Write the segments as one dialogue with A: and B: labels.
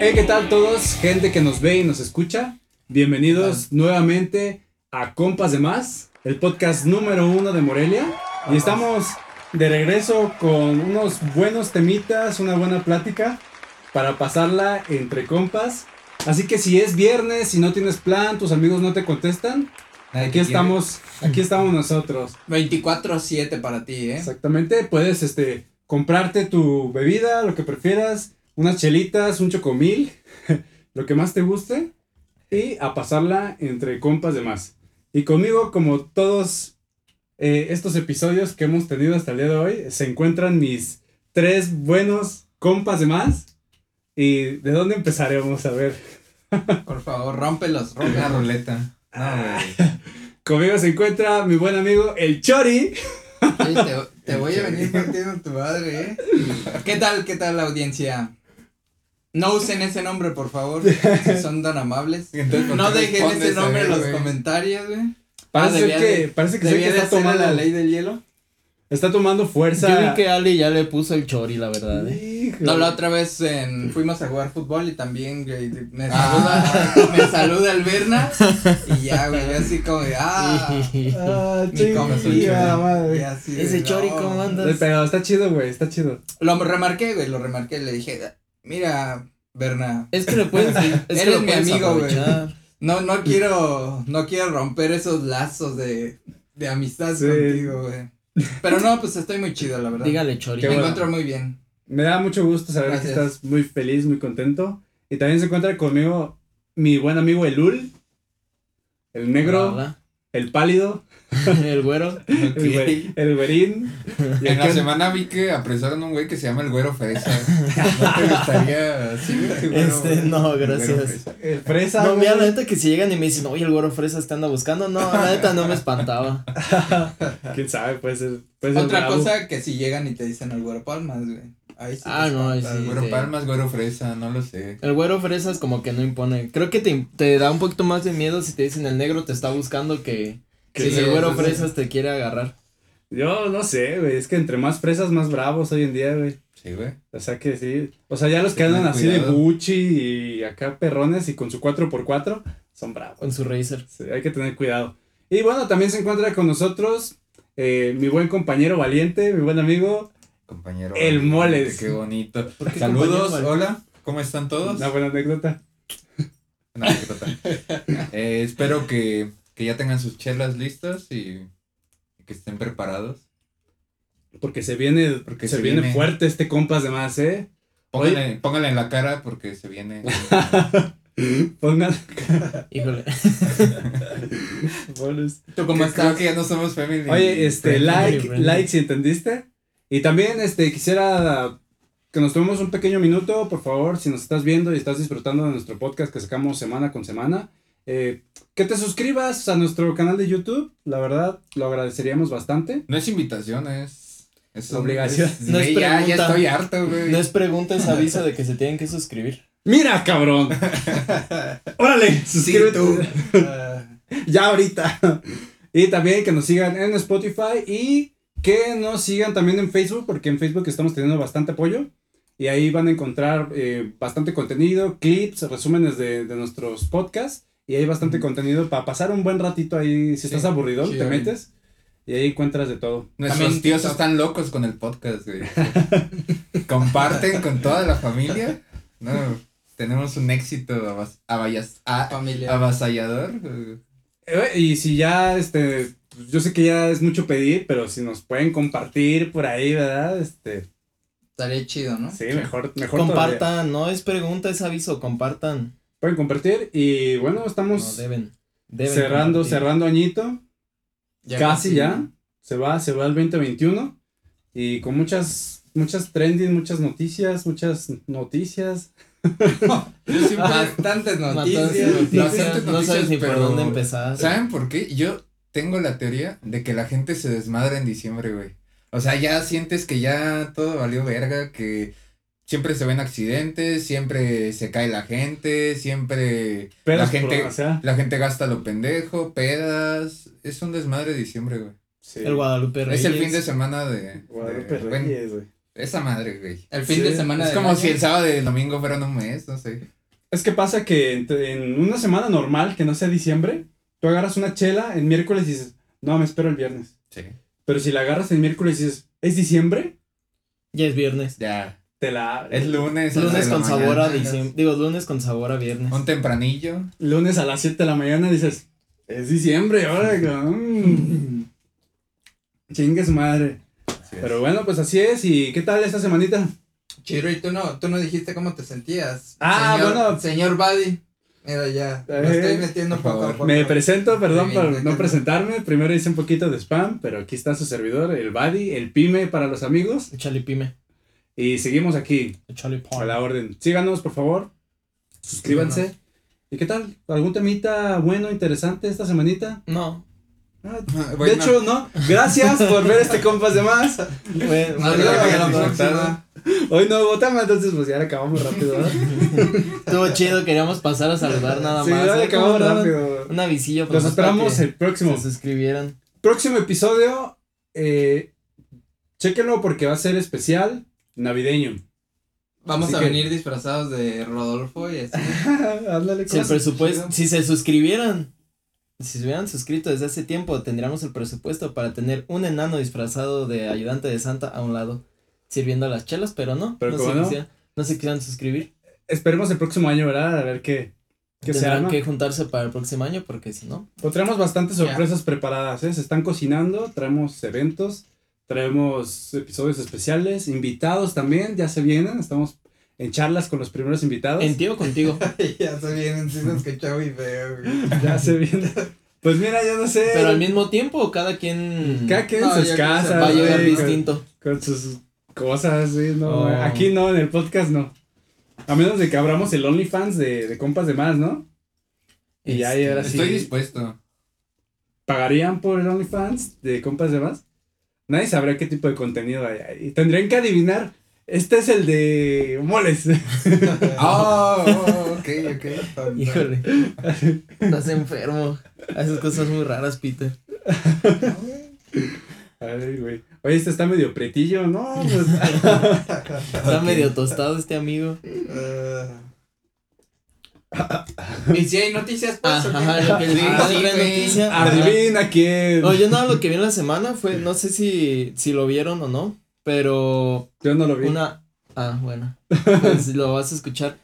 A: Hey, ¿qué tal todos? Gente que nos ve y nos escucha. Bienvenidos nuevamente a Compas de Más, el podcast número uno de Morelia. Y estamos de regreso con unos buenos temitas, una buena plática para pasarla entre compas. Así que si es viernes, si no tienes plan, tus amigos no te contestan,
B: Nadie
A: aquí
B: te
A: estamos, aquí estamos nosotros.
B: 24-7 para ti, ¿eh?
A: Exactamente, puedes este, comprarte tu bebida, lo que prefieras, unas chelitas, un chocomil, lo que más te guste, y a pasarla entre compas de más. Y conmigo, como todos eh, estos episodios que hemos tenido hasta el día de hoy, se encuentran mis tres buenos compas de más. ¿Y de dónde empezaremos? A ver,
B: Por favor, rómpelos,
C: Una
B: rómpelos.
C: ruleta.
A: conmigo se encuentra mi buen amigo El Chori.
B: Ah, Oye, te, te voy a venir partiendo tu madre, ¿eh? ¿Qué tal, qué tal la audiencia? No usen ese nombre, por favor, si son tan amables. No dejen ese nombre en los comentarios, güey.
A: Parece
B: debía
A: que,
B: de-
A: parece que, sé que
B: Debía de
A: está,
B: hacer a
A: tomando,
B: la ley del hielo.
A: está tomando fuerza.
D: Yo vi que Ali ya le puso el chori, la verdad, eh.
A: Híjole.
B: No, la otra vez en- fuimos a jugar fútbol y también güey, me,
C: Ah.
B: saluda, me saluda el Berna y ya, güey, yo así como de, ah,
A: Ah,
B: Ni
A: chinga
B: cómo
C: se llama.
A: madre.
B: y así de,
D: Ese chori,
B: no.
D: ¿cómo
A: Ay,
D: andas?
A: Pero está chido, güey, está chido.
B: Lo remarqué, güey, lo remarqué, le dije, mira, Berna,
D: Es que lo puedes. Es que
B: Eres
D: lo
B: mi
D: puedes
B: amigo, güey.
D: aprovechar.
B: no, no quiero, no quiero romper esos lazos de, de amistad
A: Sí.
B: contigo, güey. Pero no, pues estoy muy chido, la verdad.
D: Dígale chori.
A: Qué
B: Me
A: bueno.
B: encuentro muy bien.
A: Me da mucho gusto saber
B: Gracias.
A: que estás muy feliz, muy contento. Y también se encuentra conmigo mi buen amigo Elul, el negro,
D: Hola.
A: el pálido,
D: El güero.
A: el, güe- el güerín. Y
C: En la
A: acá-
C: semana vi que apresaron a un güey que se llama el güero fresa. ¿No te gustaría así? güey? Güero-
D: Este, no,
C: güero
D: gracias.
C: fresa.
A: el fresa.
D: No,
A: güey.
D: mira, la neta que si llegan y me dicen, oye, el güero fresa te anda buscando. No, la neta no me espantaba.
A: Quién sabe, puede ser. Puede ser
B: Otra
A: bravo.
B: cosa que si llegan y te dicen el güero palmas, güey. Ahí sí
D: Ah,
B: te
D: no, ahí
B: espantas,
D: sí.
B: güey.
C: Güero palmas, güero fresa, no lo sé.
D: El güero fresa es como que no impone. Creo que te, te da un poquito más de miedo si te dicen el negro te está buscando que.
A: Que
D: si
A: sí,
D: el güero
B: sí, sí.
D: fresas te quiere agarrar.
A: Yo no sé, güey. Es que entre más fresas, más bravos hoy en día, güey.
C: Sí, güey.
A: O sea que sí. O sea, ya los
C: Sí,
A: que andan
C: ten
A: así de
C: cuidado.
A: Gucci y acá perrones y con su 4x4 son bravos.
D: Con su racer.
A: Sí, hay que tener cuidado. Y bueno, también se encuentra con nosotros eh, mi buen compañero valiente, mi buen amigo.
C: Compañero.
A: El
C: valiente,
A: Moles.
C: Qué bonito.
D: ¿Por qué
C: Saludos,
D: compañero,
C: hola. ¿Cómo están todos?
A: Una buena anécdota.
C: Una anécdota. Eh, espero que, que ya tengan sus chelas listas y, y que estén preparados.
A: Porque se viene,
C: Porque
A: se
C: se
A: viene,
C: viene.
A: fuerte este compas de más, ¿eh?
C: Pónganle, pónganle en la cara porque se viene.
A: Pongan.
D: Híjole.
A: bolos.
B: ¿Tú cómo
C: Creo- Creo
B: estás?
C: que ya no somos family.
A: Oye, este,
C: friendly.
A: like,
D: friendly.
A: like si entendiste. Y también, este, quisiera que nos tomemos un pequeño minuto, por favor, si nos estás viendo y estás disfrutando de nuestro podcast que sacamos semana con semana. eh, que te suscribas a nuestro canal de YouTube, la verdad, lo agradeceríamos bastante.
C: No es invitación, es. Es
A: Obligación.
C: es-
D: No es
C: güey, ya, ya
D: pregunta.
C: estoy harto, güey.
D: No es pregunta, es aviso de que se tienen que suscribir.
A: Mira, cabrón. Órale,
B: Sí,
A: suscríbete.
B: tú. Ah,
A: Ya ahorita. Y también que nos sigan en Spotify y que nos sigan también en Facebook, porque en Facebook estamos teniendo bastante apoyo. Y ahí van a encontrar eh, bastante contenido, clips, resúmenes de, de nuestros podcasts. Y hay bastante contenido para pasar un buen ratito ahí. Si
C: Sí,
A: estás aburrido, te
B: chido.
A: metes. Y ahí encuentras de todo.
C: Nuestros
B: También
C: tíos
B: TikTok.
C: están locos con el podcast, güey. Comparten con toda la familia. No, tenemos un éxito avas- avallas- a-
B: familia.
C: avasallador. güey.
A: Eh, Y si ya, este, yo sé que ya es mucho pedir, pero si nos pueden compartir por ahí, ¿verdad? Este,
B: Estaría chido, ¿no?
A: sí, mejor, mejor
D: compartan,
A: todavía.
D: no es pregunta, es aviso, compartan.
A: Pueden compartir y bueno,
D: No,
A: estamos
D: deben. deben
A: cerrando,
D: compartir.
A: cerrando añito. casi, ya. Se va, se va al 2021. Y con muchas, muchas trending, muchas noticias, muchas noticias.
C: Yo siempre-
D: Bastantes
B: Bastantes noticias.
D: noticias,
C: bastantes
D: no sabes
C: noticias,
D: ni por
C: pero-
D: dónde empezar.
C: ¿Saben por qué? Yo tengo la teoría de que la gente se desmadra en diciembre, güey. O sea, ya sientes que ya todo valió verga, que siempre se ven accidentes, siempre se cae la gente, siempre
A: Pero
C: la gente
A: o sea,
C: la gente gasta lo pendejo, pedas, es un desmadre diciembre, güey.
A: sí.
D: El Guadalupe
C: Es el
D: Reyes.
C: fin de semana de
A: Guadalupe
C: de- bueno,
A: Reyes, güey.
C: Esa madre, güey.
B: El fin de semana
C: Es
B: de
C: como
B: mayo.
C: si el sábado y el domingo fueran un mes, no sé.
A: Es que pasa que en, en una semana normal, que no sea diciembre, tú agarras una chela en miércoles y dices, no, me espero el viernes.
C: Sí.
A: Pero si la agarras en miércoles y dices, ¿es diciembre?
D: Ya es viernes.
C: Ya.
A: Te la
C: Es lunes. once
D: Lunes
C: de la
D: con sabor a
C: mañana.
D: diciembre. Digo, lunes con sabor a viernes.
C: Un tempranillo.
A: lunes a las 7 de la mañana dices, es diciembre, ahora cabrón". Chingue su madre. Pero bueno, pues así es. ¿Y qué tal esta semanita?
B: Chiro, y tú no, tú no dijiste cómo te sentías.
A: Ah,
B: Señor-
A: bueno.
B: Señor Buddy. Mira, ya. Lo
A: Eh,
B: estoy metiendo
C: por
B: poco a
C: favor.
B: poco.
A: Me presento, perdón
B: Sí,
A: por
B: bien,
A: no
B: bien.
A: presentarme. Primero hice un poquito de spam, pero aquí está su servidor, el Buddy, el Pyme para los amigos.
D: Échale pime.
A: Y seguimos aquí,
D: Échale
A: a
D: pan.
A: la orden. Síganos, por favor. Suscríbanse. ¿Y qué tal? ¿Algún temita bueno, interesante esta semanita?
D: No.
A: Ah,
C: Bueno,
A: De hecho, no. Gracias por ver este compas de más.
D: Bueno,
B: Adiós,
C: Bueno,
B: a la
C: disfrutado.
B: próxima.
A: Hoy no hubo tema, entonces pues ya le acabamos rápido, ¿verdad?
D: Estuvo chido, queríamos pasar a saludar nada
A: Sí,
D: más.
A: ya le
D: Ay,
A: acabamos
D: cómo no,
A: rápido.
D: Un avisillo por
A: Los
D: más para
A: esperamos
D: que
A: el próximo.
D: Se suscribieran.
A: Próximo episodio. Eh, chéquenlo porque va a ser especial navideño.
B: Vamos
A: Así
B: a
A: que-
B: venir disfrazados de Rodolfo y así.
A: Ándale,
D: Si el
A: cosas.
D: presupuesto,
B: chido.
D: si se suscribieran, si se hubieran suscrito desde hace tiempo, tendríamos el presupuesto para tener un enano disfrazado de ayudante de Santa a un lado, sirviendo las chelas, pero no.
A: Pero
D: no,
A: ¿cómo
D: se
A: no?
D: quisieran- no se quisieran suscribir.
A: Esperemos el próximo año, ¿verdad? A ver qué, qué se
D: Tendrán
A: arma.
D: que juntarse para el próximo año porque si no.
A: Pues traemos bastantes
B: Ya.
A: sorpresas preparadas, ¿eh? Se están cocinando, traemos eventos, traemos episodios especiales, invitados también, ya se vienen, estamos en charlas con los primeros invitados.
D: En ti o contigo.
B: ya se vienen chinos que chavo y feo. güey.
A: Ya se vienen. Pues mira, yo no sé.
D: Pero al mismo tiempo, cada quien
A: Cada quien en
B: No,
A: sus
B: yo creo que
A: casas.
D: va a llegar
A: güey, con-
D: distinto.
A: Con sus cosas, sí, no.
D: Oh.
A: Aquí no, en el podcast no. A menos de que abramos el OnlyFans de, de compas de más, ¿no? Y ya, y
D: Este,
A: ahora sí.
C: Estoy dispuesto.
A: ¿Pagarían por el OnlyFans de compas de más? Nadie sabrá qué tipo de contenido hay ahí. Tendrían que adivinar. Este es el de moles.
C: Oh, oh, ok, ok.
D: Híjole. Estás enfermo. Haces cosas muy raras, Peter.
A: Ay, güey. Oye, este está medio pretillo, ¿no? Pues,
D: Está medio tostado este amigo.
B: Ah. y si hay noticias,
A: Ah,
B: pues. ¿o qué?
D: Ajá, lo que
C: Sí,
D: ¿cuál
C: sí,
D: gran
C: güey.
D: noticia?
A: adivina quién.
D: Ajá. No, yo nada, lo que vi en la semana fue, no sé si, si lo vieron o no, pero
A: Yo no lo vi.
D: una... Ah, bueno, pues lo vas a escuchar.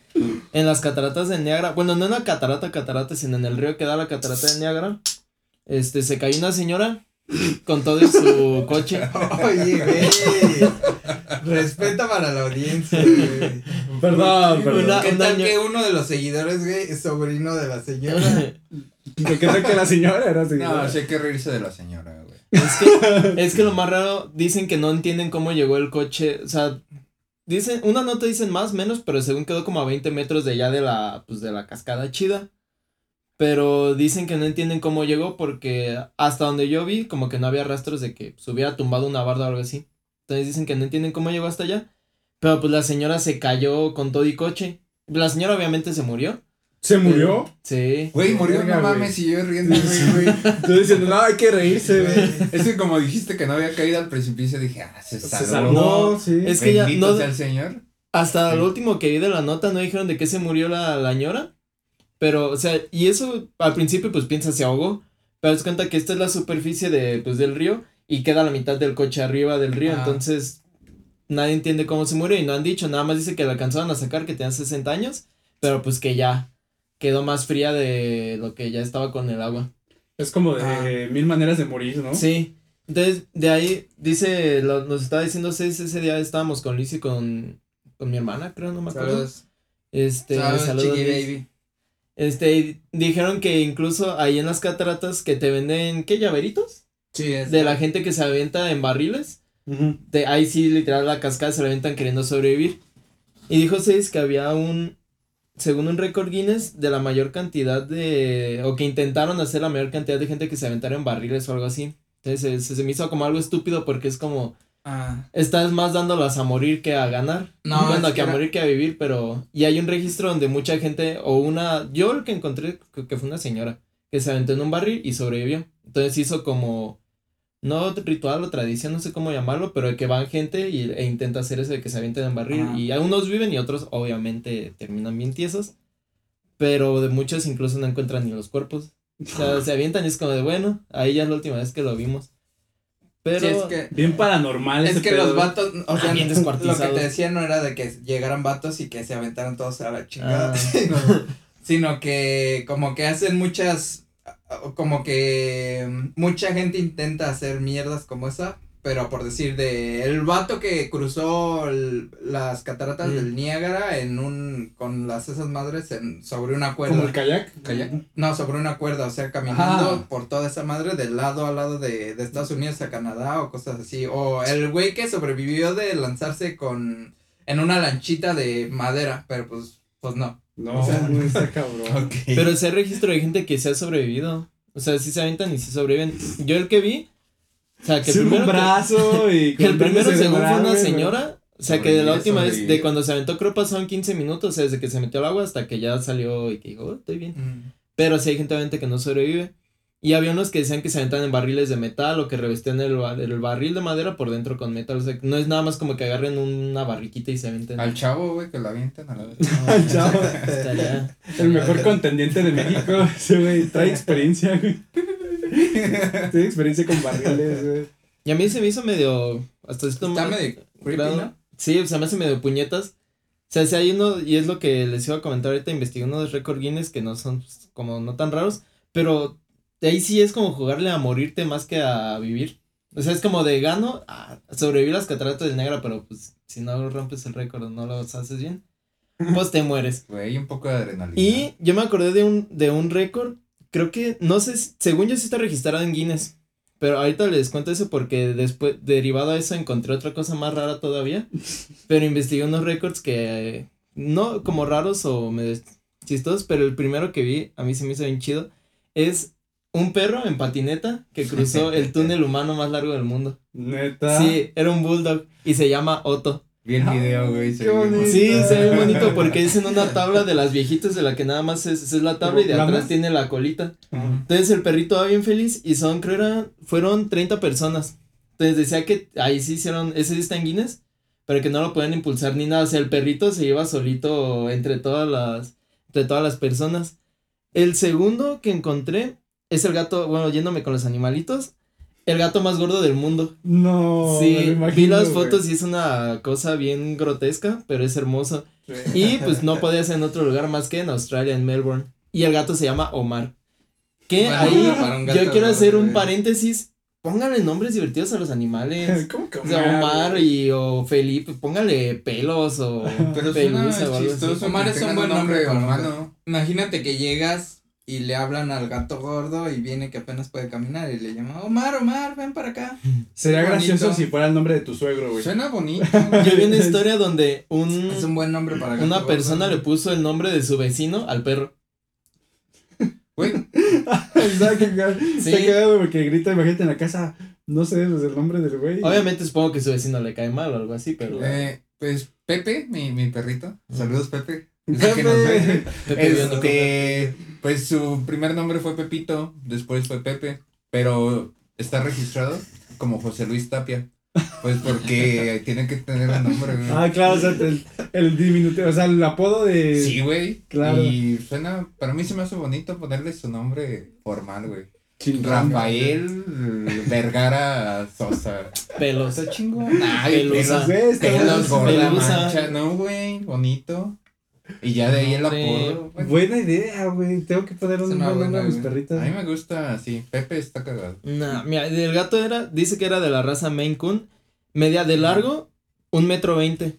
D: En las cataratas del Niágara, bueno, no en la catarata, catarata, sino en el río que da la catarata del Niágara, este, se cayó una señora con todo y su coche.
B: Oye, güey. Respeta para la audiencia, güey.
A: Perdón, perdón.
D: Una-
B: ¿Qué tal
D: año-
B: que uno de los seguidores, güey, es sobrino de la señora?
A: ¿Qué tal que la señora era así?
C: No, sí hay que reírse de la señora, güey.
D: Es que, es que lo más raro, dicen que no entienden cómo llegó el coche, o sea, dicen, una nota dicen más, menos, pero según quedó como a 20 metros de allá de la, pues, de la cascada chida. Pero dicen que no entienden cómo llegó porque hasta donde yo vi, como que no había rastros de que se hubiera tumbado una barda o algo así. Entonces dicen que no entienden cómo llegó hasta allá. Pero pues la señora se cayó con todo y coche. La señora obviamente se murió.
A: ¿Se murió?
D: Sí.
C: Güey, murió,
A: Verga,
C: no
A: güey.
C: mames, y yo riendo, güey, güey.
A: Estoy diciendo, no, hay que reírse, güey.
C: Es que como dijiste que no había caído al precipicio, dije, ah, se
A: Se
C: salvó.
A: salvó,
D: No,
A: sí.
D: es- que ya
C: Bendito
D: no-
C: sea el señor.
D: Hasta
C: Sí.
D: lo último que vi de la nota no dijeron de qué se murió la, la ñora. Pero, o sea, y eso al principio pues piensa se ahogó. Pero es cuenta que esta es la superficie de, pues, del río y queda la mitad del coche arriba del río.
B: Ah.
D: Entonces, nadie entiende cómo se murió y no han dicho. Nada más dice que la alcanzaron a sacar, que tenía 60 años. Pero pues que ya quedó más fría de lo que ya estaba con el agua.
A: Es como de
B: Ah.
A: mil maneras de morir, ¿no?
D: Sí. Entonces, de ahí, dice, lo- nos estaba diciendo Cés, ese día estábamos con Luis y con, con mi hermana, creo, no me acuerdo.
B: Saludos.
D: Este,
B: Saludos,
D: saludos,
B: Chiqui
D: Luis.
B: Baby.
D: Este, y dijeron que incluso ahí en las cataratas que te venden, ¿qué? Llaveritos.
B: Sí, es.
D: De la gente que se avienta en barriles.
A: Ujú.
D: De, ahí sí, literal, la cascada se la avientan queriendo sobrevivir. Y dijo Seis que había un, según un récord Guinness, de la mayor cantidad de, o que intentaron hacer la mayor cantidad de gente que se aventara en barriles o algo así. Entonces, se, se me hizo como algo estúpido porque es como,
B: Ah.
D: estás más dándolas a morir que a ganar.
B: No,
D: bueno, que
B: es
D: a
B: que era-
D: morir que a vivir, pero. Y hay un registro donde mucha gente, o una. Yo lo que encontré, creo que fue una señora, que se aventó en un barril y sobrevivió. Entonces hizo como. no ritual o tradición, no sé cómo llamarlo, pero que van gente y, e intenta hacer eso de que se avienten en barril.
B: Ajá.
D: Y algunos viven y otros obviamente terminan bien tiesos. Pero de muchos incluso no encuentran ni los cuerpos. O sea, se avientan y es como de bueno, ahí ya es la última vez que lo vimos. Pero
B: Sí, es que,
A: Bien paranormal
B: es
A: ese
B: que
A: pedo,
B: los
A: güey.
B: vatos, o
D: Ah,
B: sea,
D: bien
B: lo que
D: descuartizados.
B: te decía no era de que llegaran vatos y que se aventaran todos a la chingada,
D: Ah.
B: sino, sino que como que hacen muchas, como que mucha gente intenta hacer mierdas como esa, pero por decir de el vato que cruzó el- las cataratas
D: Mm.
B: del Niágara en un, con las esas madres en, sobre una cuerda.
A: Como el kayak.
C: Kayak.
B: No, sobre una cuerda, o sea, caminando
A: Ajá.
B: por toda esa madre de lado a lado de, de Estados Unidos a Canadá o cosas así. O el güey que sobrevivió de lanzarse con en una lanchita de madera, pero pues pues no.
A: No,
B: O sea,
A: güey, está cabrón.
D: Pero sí hay registro de gente que se ha sobreviviven. O sea, sí se aventan y sí sobreviven. Yo el que vi, o sea, que
A: Sí,
D: primero
A: un
D: que-
A: brazo y...
D: que el primero
A: cortándose de
D: según fue
A: brazo,
D: una
A: güey,
D: señora, o sea, que de la
C: Sobrevivió,
D: última vez, de
C: sobrevivió.
D: cuando se aventó, creo pasaron 15 minutos, o sea, desde que se metió al agua hasta que ya salió y que dijo, "Oh, estoy bien.
B: Mm.
D: Pero sí hay gente obviamente que no sobrevive. Y había unos que decían que se aventan en barriles de metal o que revestían el, ba- el barril de madera por dentro con metal. O sea, no es nada más como que agarren una barriquita y se aventen.
C: Al chavo, güey, que lo avientan a la vez.
A: El chavo,
D: Estaría-
A: el mejor contendiente de México, ese güey, trae experiencia, güey. Tiene experiencia con barriles, güey.
D: Y a mí se me hizo medio. Hasta esto
B: Está medio creepy,
D: grado-
B: ¿no?
D: Sí, se me hace medio puñetas. O sea, si hay uno, y es lo que les iba a comentar ahorita, investigué unos récord Guinness que no son pues, como no tan raros, pero de ahí sí es como jugarle a morirte más que a vivir. O sea, es como de gano, ah, sobreviví las cataratas del negra, pero pues si no rompes el récord o no los haces bien, pues te mueres.
C: Güey, un poco de adrenalina.
D: Y yo me acordé de un, de un récord, creo que, no sé, si- según yo sí está registrado en Guinness, pero ahorita les cuento eso porque después, derivado a eso, encontré otra cosa más rara todavía, pero investigué unos récords que, eh, no como raros o medio chistosos, pero el primero que vi, a mí se me hizo bien chido, es un perro en patineta que cruzó el túnel humano más largo del mundo.
A: Neta.
D: Sí, era un bulldog y se llama Otto.
C: Vi el video, güey.
A: Qué
C: se ve bien
A: bonito.
D: Sí, se ve bonito porque es en una tabla de las viejitas de la que nada más es, es la tabla y de
A: ¿Lamas?
D: atrás tiene la colita.
A: Ajá.
D: Entonces el perrito va bien feliz y son, creo eran, fueron 30 personas. Entonces decía que ahí sí hicieron, ese sí está en Guinness, pero que no lo pueden impulsar ni nada. O sea, el perrito se iba solito entre todas las, entre todas las personas. El segundo que encontré es el gato, bueno, yéndome con los animalitos, el gato más gordo del mundo.
A: No, Oh, me
D: Sí,
A: lo imagino,
D: vi las
A: güey.
D: fotos y es una cosa bien grotesca, pero es hermoso.
A: Sí.
D: Y pues no podía ser en otro lugar más que en Australia, en Melbourne. Y el gato se llama Omar. Que
B: Bueno, para
D: ahí
B: un gato,
D: yo quiero
B: ¿no?
D: hacer un
B: Eh.
D: paréntesis. Póngale nombres divertidos a los animales.
A: ¿Cómo que
D: O sea, Omar y o Felipe, póngale pelos o
C: Pero suena
D: pelusa o algo así.
C: chistoso.
B: Omar
C: que
B: es un
C: tengan
B: buen nombre para un
C: humano.
B: Imagínate que llegas y le hablan al gato gordo y viene que apenas puede caminar y le llama, "Omar, Omar, ven para acá."
A: Sería
B: Bonito.
A: gracioso si fuera el nombre de tu suegro, güey.
C: Suena bonito.
D: Yo vi una historia donde un,
B: Es un buen nombre para gato
D: una
B: gordo.
D: persona le puso el nombre de su vecino al perro.
C: Güey,
A: Está cagado. Está
D: Sí.
A: cagado porque grita, imagínate en la casa, no sé pues, el nombre del güey.
D: Obviamente supongo que su vecino le cae mal o algo así, pero
C: eh, pues Pepe, mi, mi perrito. Saludos, Pepe.
A: Pepe.
C: Que nos ve.
D: Pepe vio otro
C: Este, pues su primer nombre fue Pepito, después fue Pepe, pero está registrado como José Luis Tapia. Pues porque tiene que tener un nombre, güey.
A: Ah, claro, o sea, el, el diminutivo, o sea, el apodo de.
C: Sí, güey.
A: claro.
C: Y suena, para mí se me hace bonito ponerle su nombre formal, güey.
A: Chingón.
C: Rafael Vergara Sosa.
D: pelos.
C: Está chingón. Ay,
D: Pelusa.
C: pelos,
A: Sí, está
C: pelos,
A: bueno.
C: gorda
D: Pelusa.
C: mancha. No, güey, bonito. Y ya de ahí el
D: Hombre.
C: apodo. güey.
A: Buena idea, güey. Tengo que poner un
B: Suena
A: buen nombre a
B: buena,
A: mis
B: güey.
A: perritas.
C: A mí me gusta así. Pepe está cagado.
D: No, mira, el gato era, dice que era de la raza Maine Coon, media de largo, un metro veinte.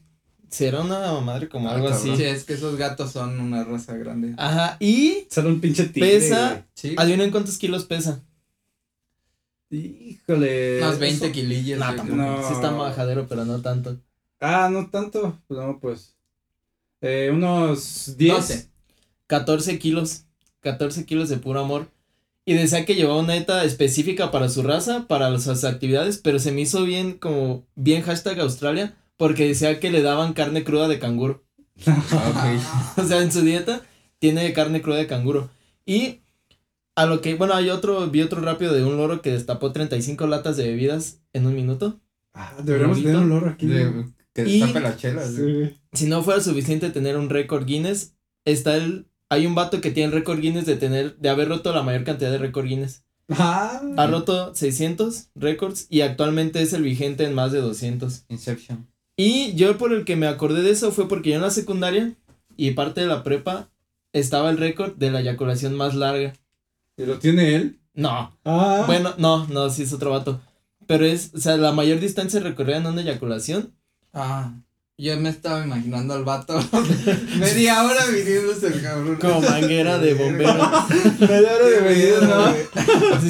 D: Será una madre como
C: Ah,
D: algo
C: cabrón.
B: Sí,
D: así.
B: es que esos gatos son una raza grande.
D: Ajá, y
A: Solo un pinche tigre.
D: Pesa-
B: Sí.
D: adivinen cuántos kilos pesa.
A: güey. Híjole.
B: Unos 20
A: eso-
B: kilillos.
D: No,
B: yo creo.
D: tampoco.
A: no.
D: Sí
C: Ah.
D: está majadero, pero no tanto.
A: Ah, no tanto. No, pues. Eh, unos 10.
B: 12.
D: 14 kilos, 14 kilos de puro amor. Y decía que llevaba una ETA específica para su raza, para las- sus actividades, pero se me hizo bien como, bien hashtag Australia, porque decía que le daban carne cruda de canguro.
C: Ah, ok.
D: O sea, en su dieta tiene carne cruda de canguro. Y A lo que, bueno, hay otro, vi otro rápido de un loro que destapó 35 latas de bebidas en un minuto.
A: Ah, deberíamos tener un loro aquí.
C: De-
A: güey.
C: que
D: Y-
C: destape las chelas. güey.
A: Sí.
D: Si no fuera suficiente tener un récord Guinness, está el, hay un vato que tiene el récord Guinness de tener, de haber roto la mayor cantidad de récord Guinness.
A: Ah,
D: Ha roto 600 récords y actualmente es el vigente en más de 200.
C: Inception.
D: Y yo por el que me acordé de eso fue porque yo en la secundaria y parte de la prepa estaba el récord de la eyaculación más larga.
A: ¿y lo tiene él?
D: No,
A: Ah,
D: bueno, no, no, sí es otro vato. Pero es, o sea, la mayor distancia recorrida en una eyaculación.
B: Ah, yo me estaba imaginando al vato. Media hora viniéndose el cabrón.
D: Como manguera de bombero.
A: media hora de bebidas, ¿no?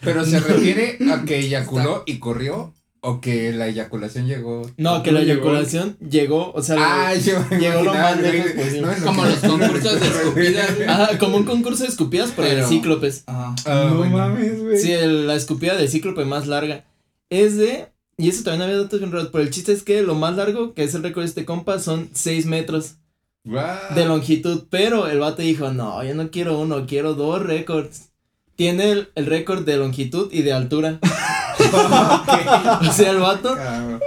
C: Pero se refiere a que eyaculó y corrió o que la eyaculación llegó.
D: No, que la
A: Llegó.
D: eyaculación llegó, o sea,
C: Ah, yo me
D: Llegó lo más
C: imaginaba, güey,
D: lejos posible.
C: no, no,
B: Como
C: no.
B: los concursos
C: Ah,
B: de escupidas. güey.
D: ajá, como un concurso de escupidas por el
B: Pero-
D: cíclopes.
B: Ah,
C: Ah,
A: no
C: bueno.
A: mames, güey.
D: Sí, el- la escupida de cíclope más larga es de. Y eso también había datos bien raros, pero el chiste es que lo más largo, que es el récord de este compa, son 6 metros
C: Guau.
D: de longitud. Pero el vato dijo: No, yo no quiero uno, quiero dos récords. Tiene el, el récord de longitud y de altura. o sea, el vato
C: Cabrón.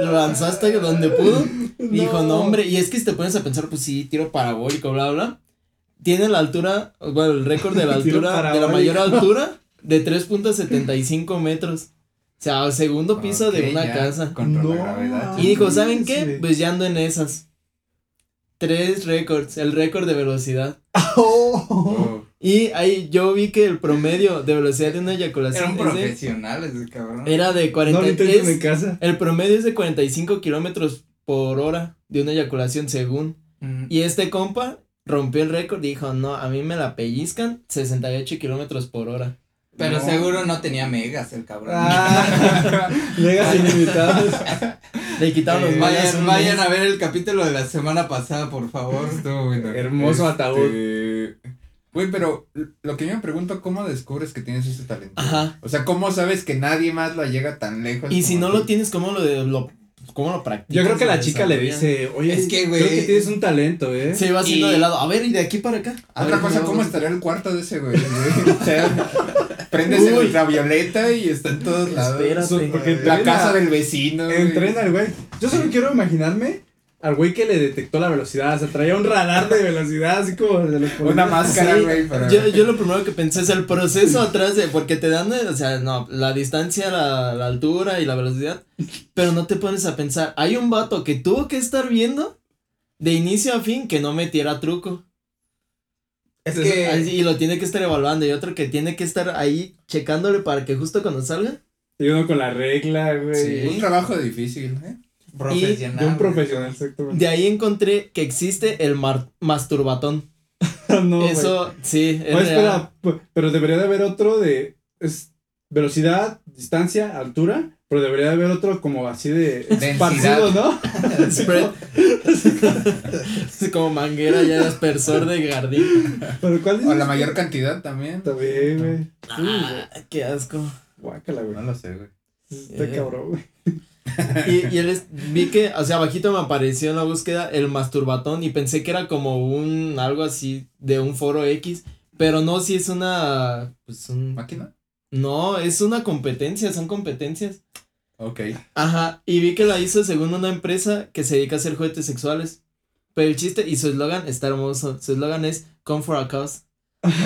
D: lo lanzó hasta donde pudo. Dijo,
A: No.
D: no, hombre. Y es que si te pones a pensar, pues sí, tiro parabólico, bla, bla. Tiene la altura, bueno, el récord de la
A: Tiro
D: altura, de la mayor
A: parabólico.
D: altura, de 3.75 metros. O sea, al segundo piso
C: Ok,
D: de una
C: ya,
D: casa.
C: Contra
A: No,
C: la gravedad.
D: Y dijo, ¿saben
A: Ah, Sí.
D: qué? Pues ya ando en esas. Tres récords, el récord de velocidad.
A: Oh.
C: Oh,
D: Y ahí yo vi que el promedio de velocidad de una eyaculación
B: eran
D: es de-
B: profesionales, ese cabrón.
D: era de
A: No lo
D: 40.
A: intenten
D: es-
A: en casa.
D: el promedio es de 45 kilómetros por hora de una eyaculación según.
B: Mm.
D: Y este compa rompió el récord, dijo, no, a mí me la pellizcan 68 kilómetros por hora.
B: Pero
C: No.
B: seguro no tenía megas el cabrón. Eh,
A: Ah, llegas ilimitados.
D: Le quitaron los mayas.
B: Eh, vayan vayan a ver el capítulo de la semana pasada, por favor.
C: estuvo bueno.
A: Hermoso
C: ataúd. Güey, pero lo que yo me pregunto, ¿cómo descubres que tienes ese talento?
D: Ajá.
C: O sea, ¿cómo sabes que nadie más la llega tan lejos?
D: Y si
C: como
D: no
C: tú?
D: lo tienes, ¿cómo lo, de- lo, cómo lo practicas?
A: Yo creo que la
D: Lo
A: chica le
D: desarrollas.
A: dice, oye,
B: Es que,
A: creo que
B: güey.
A: tienes un talento, ¿eh?
D: Se iba haciendo
B: Y-
D: de lado. A ver, y de aquí para acá. A
C: Otra
D: ver,
C: cosa,
D: no.
C: ¿cómo estaría el cuarto de ese güey? güey? O sea, prendes el
D: Uy.
C: ultravioleta y está en todos lados.
D: Espera.
A: Eso- porque
C: La
A: entrena-
C: casa del vecino. güey.
A: Entrena al güey. Yo solo quiero imaginarme al güey que le detectó la velocidad. O sea, traía un radar de velocidad, así como de los
C: Una
A: más
C: máscara,
D: Sí,
C: güey. para-
D: Yo, yo lo primero que pensé es el proceso atrás de, porque te dan, eh, o sea, no, la distancia, la, la altura y la velocidad, pero no te pones a pensar, hay un vato que tuvo que estar viendo de inicio a fin que no metiera truco.
B: Es
D: Entonces,
B: que-
D: así, y lo tiene que estar evaluando y otro que tiene que estar ahí checándole para que justo cuando salga.
A: Y uno con la regla, güey.
C: Un trabajo difícil, ¿eh?
B: Profesional.
A: De un
B: güey.
A: profesional, exactamente.
D: De ahí encontré que existe el mar- masturbatón.
A: no, Oh, güey.
D: Eso, sí. es
A: Oye,
D: real.
A: espera, p- pero debería de haber otro de es velocidad, distancia, altura, pero debería de haber otro como así de esparcido, ¿no?
D: Spread. Es como manguera ya de aspersor de jardín.
A: Pero ¿cuál
C: O
A: dices?
C: la mayor cantidad también.
A: También, güey.
D: Ah, qué asco.
A: Guácala, güey.
C: No lo sé, güey.
A: Está
D: Eh.
A: cabrón, güey.
D: Y, y él es- vi que, o sea, abajito me apareció en la búsqueda el masturbatón y pensé que era como un algo así de un foro X, pero no, si es una pues un
C: ¿Máquina?
D: no, es una competencia, son competencias.
C: Ok.
D: Ajá, y vi que la hizo según una empresa que se dedica a hacer juguetes sexuales. Pero el chiste y su eslogan está hermoso. Su eslogan es Come for a cause.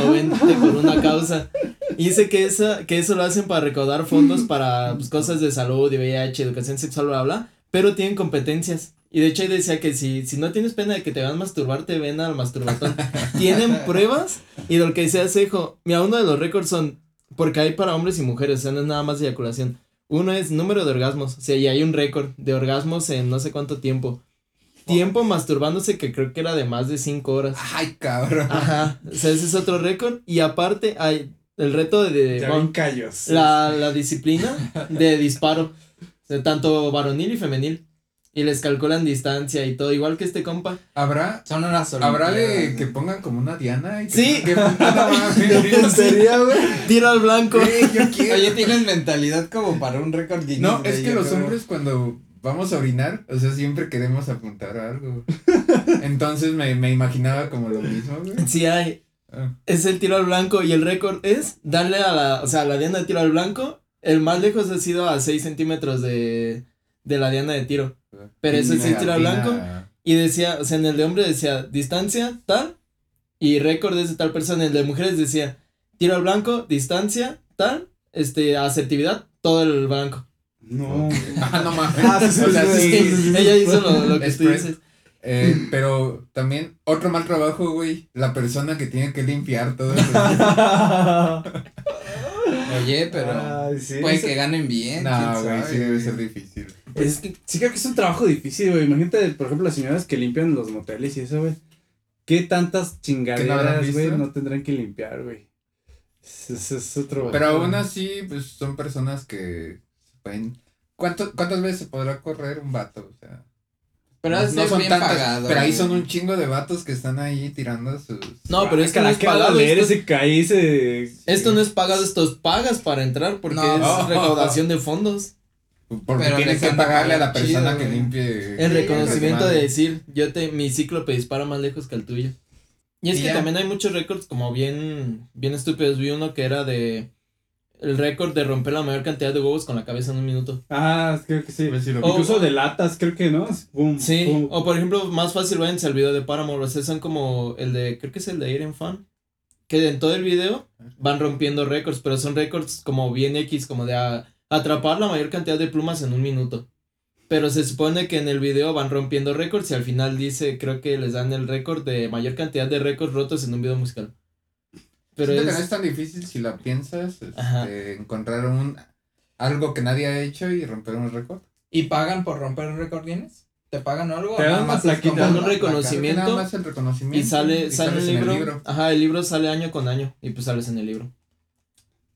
D: O vente por una causa. Y dice que, esa, que eso lo hacen para recaudar fondos para pues, cosas de salud, de VIH, educación sexual, bla, bla. Pero tienen competencias. Y de hecho ahí decía que si, si no tienes pena de que te van a masturbar, te ven al masturbatón. tienen pruebas. Y lo que decía Sejo, mira, uno de los récords son, porque hay para hombres y mujeres, o sea, no es nada más eyaculación. Uno es número de orgasmos, o sea, y hay un récord de orgasmos en no sé cuánto tiempo. Tiempo masturbándose que creo que era de más de 5 horas.
C: Ay, cabrón.
D: Ajá, o sea, ese es otro récord. Y aparte hay el reto de, de-
A: Ya
D: bueno,
A: ven callos.
D: la, la disciplina de disparo, o sea, tanto varonil y femenil. Y les calculan distancia y todo, igual que este compa.
C: ¿Habrá,
B: Son unas
C: habrá
B: olimpiadas,
C: de
B: güey.
C: que pongan como una diana? Y que-
D: Sí.
C: que- no
A: ¿En
C: mames.
A: serio, güey?
D: Tiro al blanco.
C: Güey, yo quiero.
B: Oye, tienes mentalidad como para un récord Guinness.
C: No,
B: güey,
C: es que
B: yo
C: los
B: creo.
C: hombres cuando vamos a orinar, o sea, siempre queremos apuntar a algo. Entonces me, me imaginaba como lo mismo, güey.
D: Sí hay. es el tiro al blanco y el récord es darle a la, o sea, a la diana de tiro al blanco. El más lejos ha sido a 6 centímetros de, de la diana de tiro. Pero ese es el tiro al blanco. Y decía, o sea, en el de hombre decía distancia tal y récord de esa tal persona. En el de mujeres decía tiro al blanco, distancia tal, este, asertividad, todo el blanco.
A: No.
C: Ah, no mames.
A: Ah, sí, sí,
C: O sea,
A: sí,
C: sí.
A: sí, sí, sí.
D: Ella hizo lo, lo que
C: Es
D: tú
C: press.
D: dices.
C: Eh, pero también, otro mal trabajo, güey. La persona que tiene que limpiar todo eso.
B: Oye, pero
A: Ay, sí,
B: puede
A: ese-
B: que ganen bien.
C: no,
B: quién
C: güey,
B: sabe,
C: sí debe
B: güey.
C: ser difícil.
A: pues Es que sí creo que es un trabajo difícil, güey. Imagínate, por ejemplo, las señoras que limpian los moteles y eso, güey. ¿Qué tantas
C: habrán
A: chingaderas,
C: visto?
A: güey, no tendrán que limpiar, güey? Es, es- es otro...
C: Pero aún así, pues son personas que se pueden. ¿Cuánto, ¿Cuántas veces se podrá correr un vato? O sea,
B: Pero no, son bien pagado.
C: pero ahí
B: güey.
C: son un chingo de vatos que están ahí tirando sus.
D: No, pero es que no es
A: ¿qué va a
D: pagado.
A: valer
D: Esto,
A: ese caí, ese...
D: esto no es pagado, estos pagas para entrar porque
B: No.
D: es recaudación de fondos.
C: Porque
B: pero
C: tienes
B: les
C: que
B: anda
C: pagarle a la
B: pagando
C: persona
B: chido,
C: que
B: güey.
C: limpie.
D: El
B: Sí,
D: reconocimiento de
C: madre.
D: decir, yo te, mi cíclope dispara más lejos que el tuyo. Y es
C: Y
D: que
C: ya.
D: también hay muchos récords como bien, bien estúpidos. Vi uno que era de el récord de romper la mayor cantidad de huevos con la cabeza en un minuto.
A: Ah, creo que sí.
C: Pues sí lo-
D: Oh.
A: Incluso de latas, creo que, ¿no? Pum,
D: Sí, Oh,
A: pum.
D: o por ejemplo, más fácil váyanse al video de Paramore, o sea, son como el de, creo que es el de Iron Fan, que en todo el video van rompiendo récords, pero son récords como bien X, como de a- atrapar la mayor cantidad de plumas en un minuto. Pero se supone que en el video van rompiendo récords y al final dice, creo que les dan el récord de mayor cantidad de récords rotos en un video musical. Pero
C: Siento que no
D: es-
C: es tan difícil si la piensas este,
D: Ajá.
C: encontrar un algo que nadie ha hecho y romper un récord.
B: ¿Y pagan por romper récord Guinness? ¿Te pagan algo?
A: Te dan una plaquita,
D: un
A: Como
C: Creo
D: reconocimiento
C: que nada más el reconocimiento
D: Y sale,
C: y
D: sale el
C: sales en
D: libro. Ajá, el libro sale año con año y pues sales en el libro.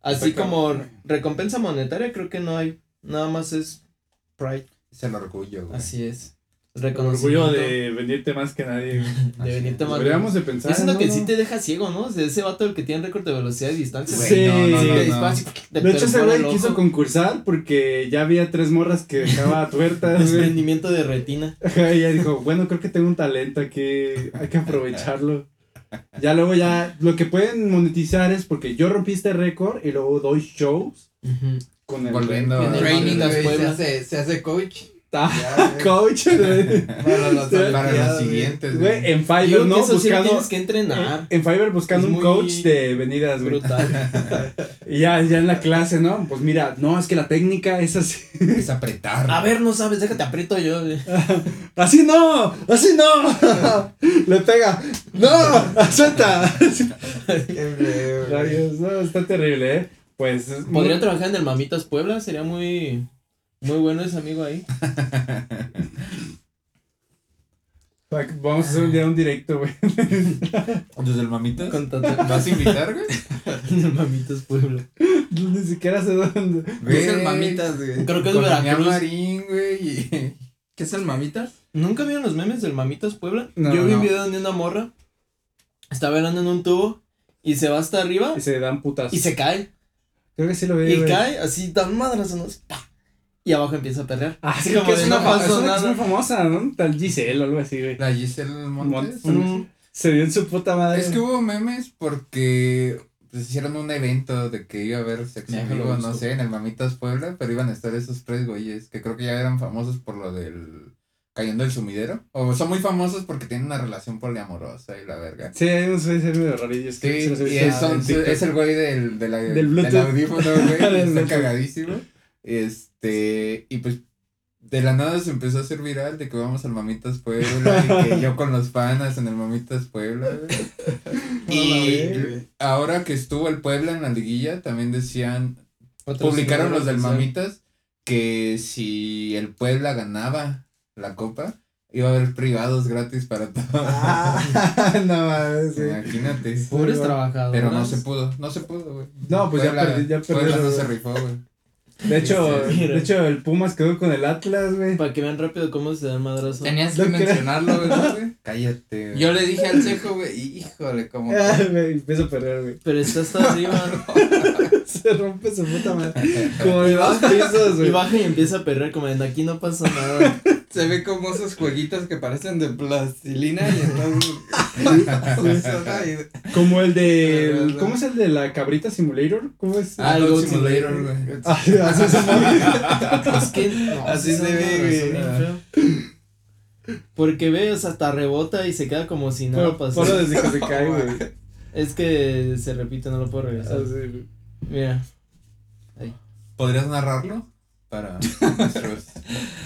D: Así
C: Está
D: como
C: cabrón,
D: recompensa monetaria creo que no hay, nada más es Pride.
C: Es el orgullo, güey.
D: Así es.
A: Con
D: Reconocimiento
A: orgullo de venderte más que nadie. güey.
D: de venirte más.
A: Deberíamos de pensar.
D: Es lo
A: ¿no?
D: que sí te deja ciego, ¿no? O sea, ese vato el que tiene récord de velocidad y distancia.
A: Sí.
D: güey.
C: Güey, no, no,
D: Sí,
C: no,
D: te
C: no.
D: dispara así, te
A: De hecho, ese
D: perfora
A: güey
D: el ojo.
A: quiso concursar porque ya había tres morras que dejaba tuertas, güey.
D: desprendimiento de retina.
A: Ajá, Ella dijo, bueno, creo que tengo un talento aquí, hay que aprovecharlo. Ya luego ya, lo que pueden monetizar es porque yo rompí este récord y luego doy shows con el
C: Volviendo
A: con el-
C: a-
B: Training,
D: Las
B: güey, se
D: Pueblas.
B: hace, se hace coach.
A: Ah,
B: Ya, güey.
A: coach. güey.
B: Para los
C: Para
B: Olimpiadas,
C: los
B: güey.
C: siguientes, güey.
A: Güey, en
D: Digo
A: Fiverr,
D: que
A: ¿no?
D: eso sí lo
A: Buscando,
D: tienes que entrenar.
A: en Fiverr buscando
D: Es
A: un
D: muy-
A: coach de venidas,
D: Es
A: güey.
D: brutal.
A: Y ya, ya en la clase, ¿no? Pues mira, no, es que la técnica es así.
C: Es apretar.
D: A ver, no sabes, déjate aprieto yo. güey.
A: Así no, así no. Le pega. No, suelta.
B: Qué breve, güey.
A: Rayos, no, está terrible, ¿eh? Pues es muy-
D: Podría trabajar en el Mamitas Puebla, sería muy, muy bueno ese amigo ahí.
A: Vamos a hacer un día un directo, güey.
C: Desde el mamita.
D: Con tanto-
C: ¿Vas a invitar, güey?
D: en el Mamitas Puebla.
A: Ni siquiera sé dónde.
B: ¿Qué es el mamitas, güey?
D: Creo que es
C: Con Damián
D: Veracruz.
C: Marín, güey. y-
B: ¿Qué es el mamitas?
D: ¿Nunca vieron los memes del Mamitas Puebla?
A: No,
D: Yo vi un
A: no.
D: video donde una morra está bailando en un tubo y se va hasta arriba
A: Y se dan putas.
D: y se cae.
A: Creo que sí lo vi,
D: Y
A: güey.
D: cae así tan madrazos. Y abajo empieza a perrear.
A: Ah,
D: Así
A: sí,
D: como
A: que
D: de
A: es
D: no
A: una, es
D: pasó
A: una que es muy
D: nada.
A: famosa, ¿no? Tal Giselle o algo así, güey.
C: La Giselle
A: Montes.
C: Montes.
D: Mm.
A: Se dio en su puta madre.
C: Es que hubo memes porque pues, hicieron un evento de que iba a haber sexo en
D: Déjalo
C: vivo, no
D: busco.
C: sé, en el Mamitas Puebla, pero iban a estar esos tres güeyes que creo que ya eran famosos por lo del cayendo el sumidero. O son muy famosos porque tienen una relación poliamorosa y la verga.
A: Sí, hay unos güeyes ahí medio rarillos.
C: Sí,
A: creo que se los he
C: y
A: visto
C: es, son-
A: en Ah, TikTok.
C: es el güey del, de la- del,
A: Bluetooth.
C: audífono, güey,
A: Del
C: está
A: Bluetooth.
C: cagadísimo. Este, y pues de la nada se empezó a hacer viral de que vamos al Mamitas Puebla y que yo con los panas en el Mamitas Puebla. güey.
A: No la
C: y
B: güey.
C: ahora que estuvo el Puebla en la liguilla, también decían,
D: Patrocinador
C: publicaron los del
D: oficial.
C: Mamitas que si el Puebla ganaba la copa, iba a haber privados gratis para todos.
A: Ah, no mames, sí.
C: Imagínate.
D: Pobres
A: Sí, va.
D: trabajadores.
C: Pero no se pudo, no se pudo, güey.
A: No, pues ya
C: Puebla-
A: perdí- ya
C: Puebla
A: perdieron,
C: no se
A: güey.
C: rifó, güey.
A: De hecho,
D: Sí, sí, mira.
A: de hecho, el Pumas quedó con el Atlas, güey.
D: Para que vean rápido cómo se da el madrazo.
B: Tenías
A: No
B: que
A: creo.
B: mencionarlo, güey, ¿no, güey.
C: Cállate. güey.
B: Yo le dije al cejo, güey, híjole, como.
A: Ah, güey, Empiezo a perder, güey.
D: Pero está hasta arriba.
A: Se rompe su puta madre. Como de dos pisos,
D: Y
A: güey.
D: baja y empieza a perrear como en aquí no pasa nada.
B: Se ve como esos jueguitos que parecen de plastilina y entonces
A: Como el de. ¿Cómo es el de la cabrita simulator? ¿Cómo es? Ah,
D: Ah, el Goat Simulator, güey. Es que no,
B: Así
D: sí
B: se
D: son
B: ve,
D: bien
B: güey.
D: feos. Porque ves, hasta rebota y se queda como si nada
A: Pero
B: pues,
D: pasó.
A: ponlo desde que se cae, güey.
D: Es que se repite, no lo puedo regresar.
A: Así.
D: Mira.
C: ¿Podrías narrarlo? Para nuestros-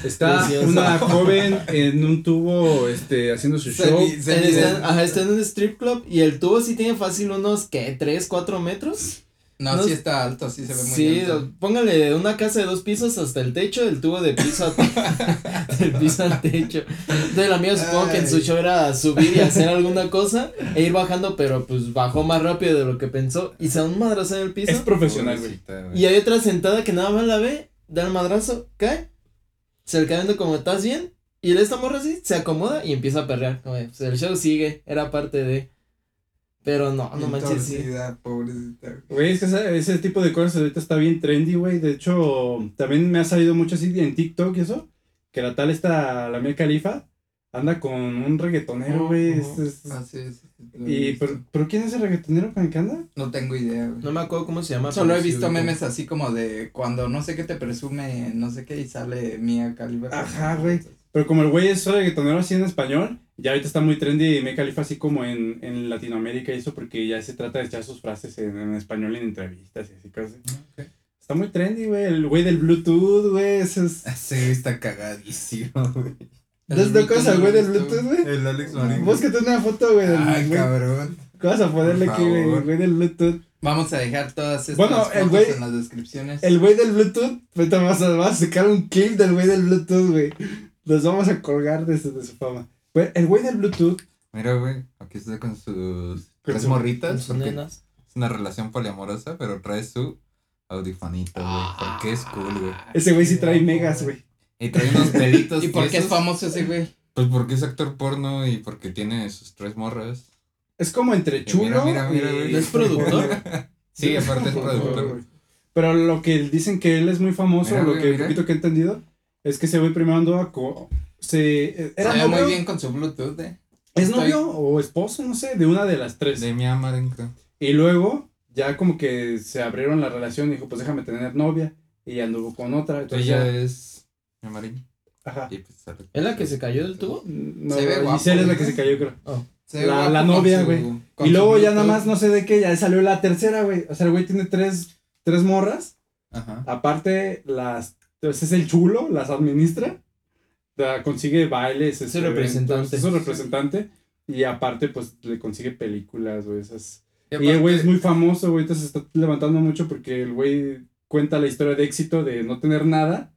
A: Está
D: Precioso.
A: una joven en un tubo este, haciendo su
B: Se
A: show.
B: vi- se
D: Él
B: vi-
D: está, ajá, está en un strip club y el tubo sí tiene fácil unos, ¿qué? ¿3, 4 metros?
B: No,
D: no-
B: sí está alto, sí se ve muy
D: Sí,
B: alto.
D: póngale una casa de dos pisos hasta el techo, del tubo de piso a te- del piso al techo. Entonces la mía supongo que en su
B: Ay.
D: show era subir y hacer alguna cosa e ir bajando, pero pues bajó más rápido de lo que pensó y se da un madrazo en el
A: Es
D: piso.
A: profesional, güey.
C: Pobrecita, güey.
D: Y hay otra sentada que nada más la ve, da el madrazo, cae, se le cae viendo como estás bien, y él esta morra así se acomoda y empieza a perrear. como de, pues, el show sigue, era parte de. Pero no, no
B: Bien
D: manches, sí.
B: torcida, pobrecita, güey.
A: Güey, es que esa- ese tipo de cosas ahorita está bien trendy, güey. De hecho, también me ha salido mucho así en TikTok y eso. Que la tal está, la Mia Califa, anda con un reggaetonero, güey.
B: Ujú.
A: es- es-
B: Así es. Oh, Ah, lo he
A: y,
B: visto.
A: pero, ¿pero quién es el reggaetonero con el que anda?
B: No tengo idea, güey.
D: No me acuerdo cómo se llama.
B: Solo he
D: pero sí
B: visto
D: ubico.
B: memes así como de cuando no sé qué te presume, no sé qué, y sale Mia Khalifa.
A: Ajá, güey. Pero como el güey es reggaetonero así en español, ya ahorita está muy trendy Mia Califa así como en, en Latinoamérica y eso, porque ya se trata de echar sus frases en, en español en entrevistas y así cosas.
C: Ah, Ok.
A: Está muy trendy, güey. El güey del Bluetooth, güey. Ese es...
C: Ese güey Ah, está cagadísimo, güey.
B: El
A: ¿Estás loco
B: Bluetooth
A: ese güey
B: no
A: del
B: lo he visto,
A: Bluetooth, güey?
C: El Alex Marín.
A: Búscate una foto, güey. del
C: Ay,
A: güey.
C: cabrón.
A: ¿Qué vas a ponerle
C: Por
A: aquí, güey?
C: favor.
A: El güey del Bluetooth.
B: Vamos a dejar todas estas
A: Bueno, el
B: fotos
A: güey-
B: en las descripciones.
A: El güey del Bluetooth, pues te vas a, vas a sacar un clip del güey del Bluetooth, güey. Los vamos a colgar de su, de su fama. Güey, el güey del Bluetooth,
C: Mira, güey, aquí está con sus tres
A: su-
D: Con
C: morritas.
D: sus
C: porque
D: nenas.
C: es una relación poliamorosa, pero trae su audifonito, güey. Porque es cool, güey.
A: ese güey sí trae megas, güey.
C: Y trae unos pelitos.
B: ¿Y por qué es
C: tiesos.
B: famoso ese güey?
C: Pues porque es actor porno y porque tiene sus tres morras.
A: Es como entre chulo.
C: Eh, mira, mira,
A: y-
C: güey.
D: ¿No es productor?
C: Sí, aparte es productor.
A: güey. Pero lo que dicen que él es muy famoso,
C: Mira,
A: lo
C: güey,
A: que
C: mira.
A: poquito que he entendido, es que ese güey primero andó a. co- se, eh,
B: Se
A: era
B: ve muy
A: novio,
B: bien con su Bluetooth, eh.
A: es
B: Estoy-
A: novio o esposo, no sé, de una de las tres.
C: De mi amarenco.
A: Y luego, ya como que se abrieron la relación y dijo, pues déjame tener novia. Y anduvo con otra. Entonces
C: Ella
A: ya-
C: es mi amarín.
A: Ajá.
C: Y pues sale.
D: ¿Es la que se cayó del tubo?
A: No,
B: Se ve guapo,
A: Giselle es la
B: güey.
A: que se cayó, creo.
B: Se ve
A: La-
B: guapo
A: la
B: con
A: novia,
B: su-
A: güey.
B: con
A: Y
B: su
A: luego ya nada
B: Bluetooth.
A: más, no sé de qué, ya salió la tercera, güey. O sea, el güey tiene tres, tres morras.
C: Ajá.
A: Aparte, las. Entonces es el chulo, las administra. la- consigue bailes.
D: Es su representante.
A: Es su representante. Y aparte, pues le consigue películas, güey. Esas. Y
C: aparte-
A: el güey es muy famoso, güey, entonces se está levantando mucho porque el güey cuenta la historia de éxito de no tener nada,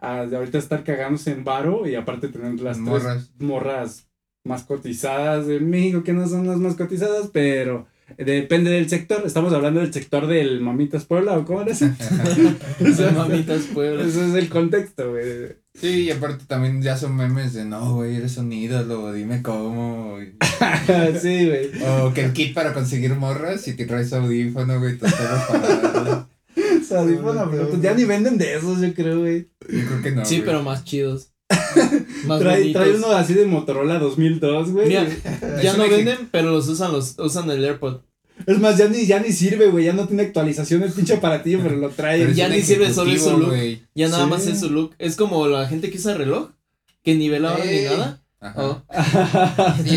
A: a de ahorita estar cagándose en varo y aparte tener las
C: Morras.
A: tres morras más cotizadas de México, que no son las más cotizadas, pero depende del sector. Estamos hablando del sector del Mamitas Puebla o cómo era ese. O sea,
D: Mamitas pueblos.
A: Ese es el contexto, güey.
C: Sí, y aparte también ya son memes de no, güey, eres un ídolo, dime cómo. y-
A: sí, güey.
C: O que el kit para conseguir morras y te traes audífono, güey, todo para.
A: O sea, sí, bueno, pero pues ya ni venden de esos, yo creo, güey.
C: Yo creo que no.
D: Sí,
C: güey.
D: pero más chidos.
A: Ah,
D: Más
A: Trae,
D: bonitos.
A: trae uno así de Motorola 2002, güey.
D: Mira,
C: Es
D: ya
C: un
D: no
C: ejem-
D: venden, pero los usan, los usan el AirPod.
A: Es más, ya ni, ya ni sirve, güey. Ya no tiene actualización el pinche aparatillo, pero lo
C: Pero
A: trae.
C: es
D: ya
C: un
D: ni sirve solo
C: ejecutivo,
D: eso, look.
C: güey.
D: Ya nada
A: Sí.
D: más es su look. Es como la gente que usa reloj, que ni ve la hora ni
B: Ey.
D: nada.
C: Ajá.
D: Oh.
B: Sí,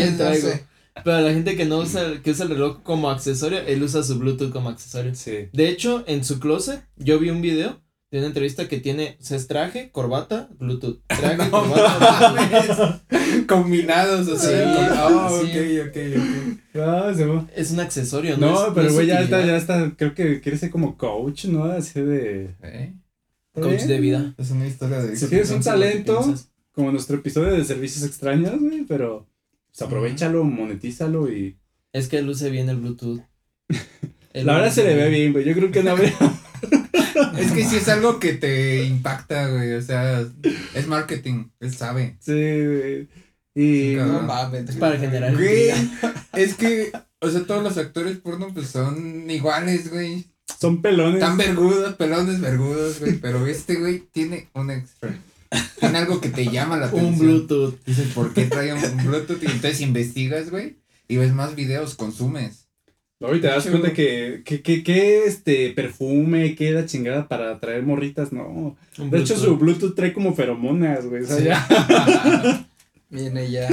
B: es
D: Traigo.
B: doce.
D: Pero la gente que no usa, que usa el reloj como accesorio, él usa su Bluetooth como accesorio.
A: Sí.
D: De hecho, en su closet, yo vi un video de una entrevista que tiene, o sea, es traje, corbata, Bluetooth. Traje, corbata. Bluetooth.
C: Combinados, o sea.
D: Sí,
C: con- Ah,
D: sí.
C: ok, ok, ok.
A: No, Ah, se va.
D: Es un accesorio, ¿no?
A: No,
D: es-
A: pero
D: es
A: güey, ya está,
D: utilidad.
A: ya está. Creo que quiere ser como coach, ¿no? Así de.
C: Eh,
D: Coach de
A: Mm,
D: vida.
C: Es una historia de.
A: Si tienes un
D: Piensa lo que
A: talento,
D: piensas.
A: como nuestro episodio de servicios extraños, güey, pero. Pues aprovechalo, monetízalo y.
D: Es que luce bien el Bluetooth. El
A: La verdad se le ve
D: Bluetooth.
A: bien, güey. Yo creo que no habría.
C: Es que sí es algo que te impacta, güey. O sea, es marketing, él sabe.
A: Sí, güey. Y.
B: No
C: Cabrón.
B: mames.
D: Es para generar.
C: Güey,
D: intriga.
C: es que, o sea, todos los actores porno pues son iguales, güey.
A: Son pelones.
C: Tan vergudos, pelones vergudos, güey. Pero este güey tiene un extra. Tiene algo que te llama la atención.
D: Un Bluetooth.
C: Dices, ¿por qué trae un Bluetooth? Y entonces investigas, güey. y ves más videos, consumes.
A: Luego y te das cuenta que, que, que, que, este perfume, que la chingada para traer morritas, no. De hecho, su Bluetooth trae como feromonas, güey. O sea,
B: Sí.
A: ya,
B: Viene ya.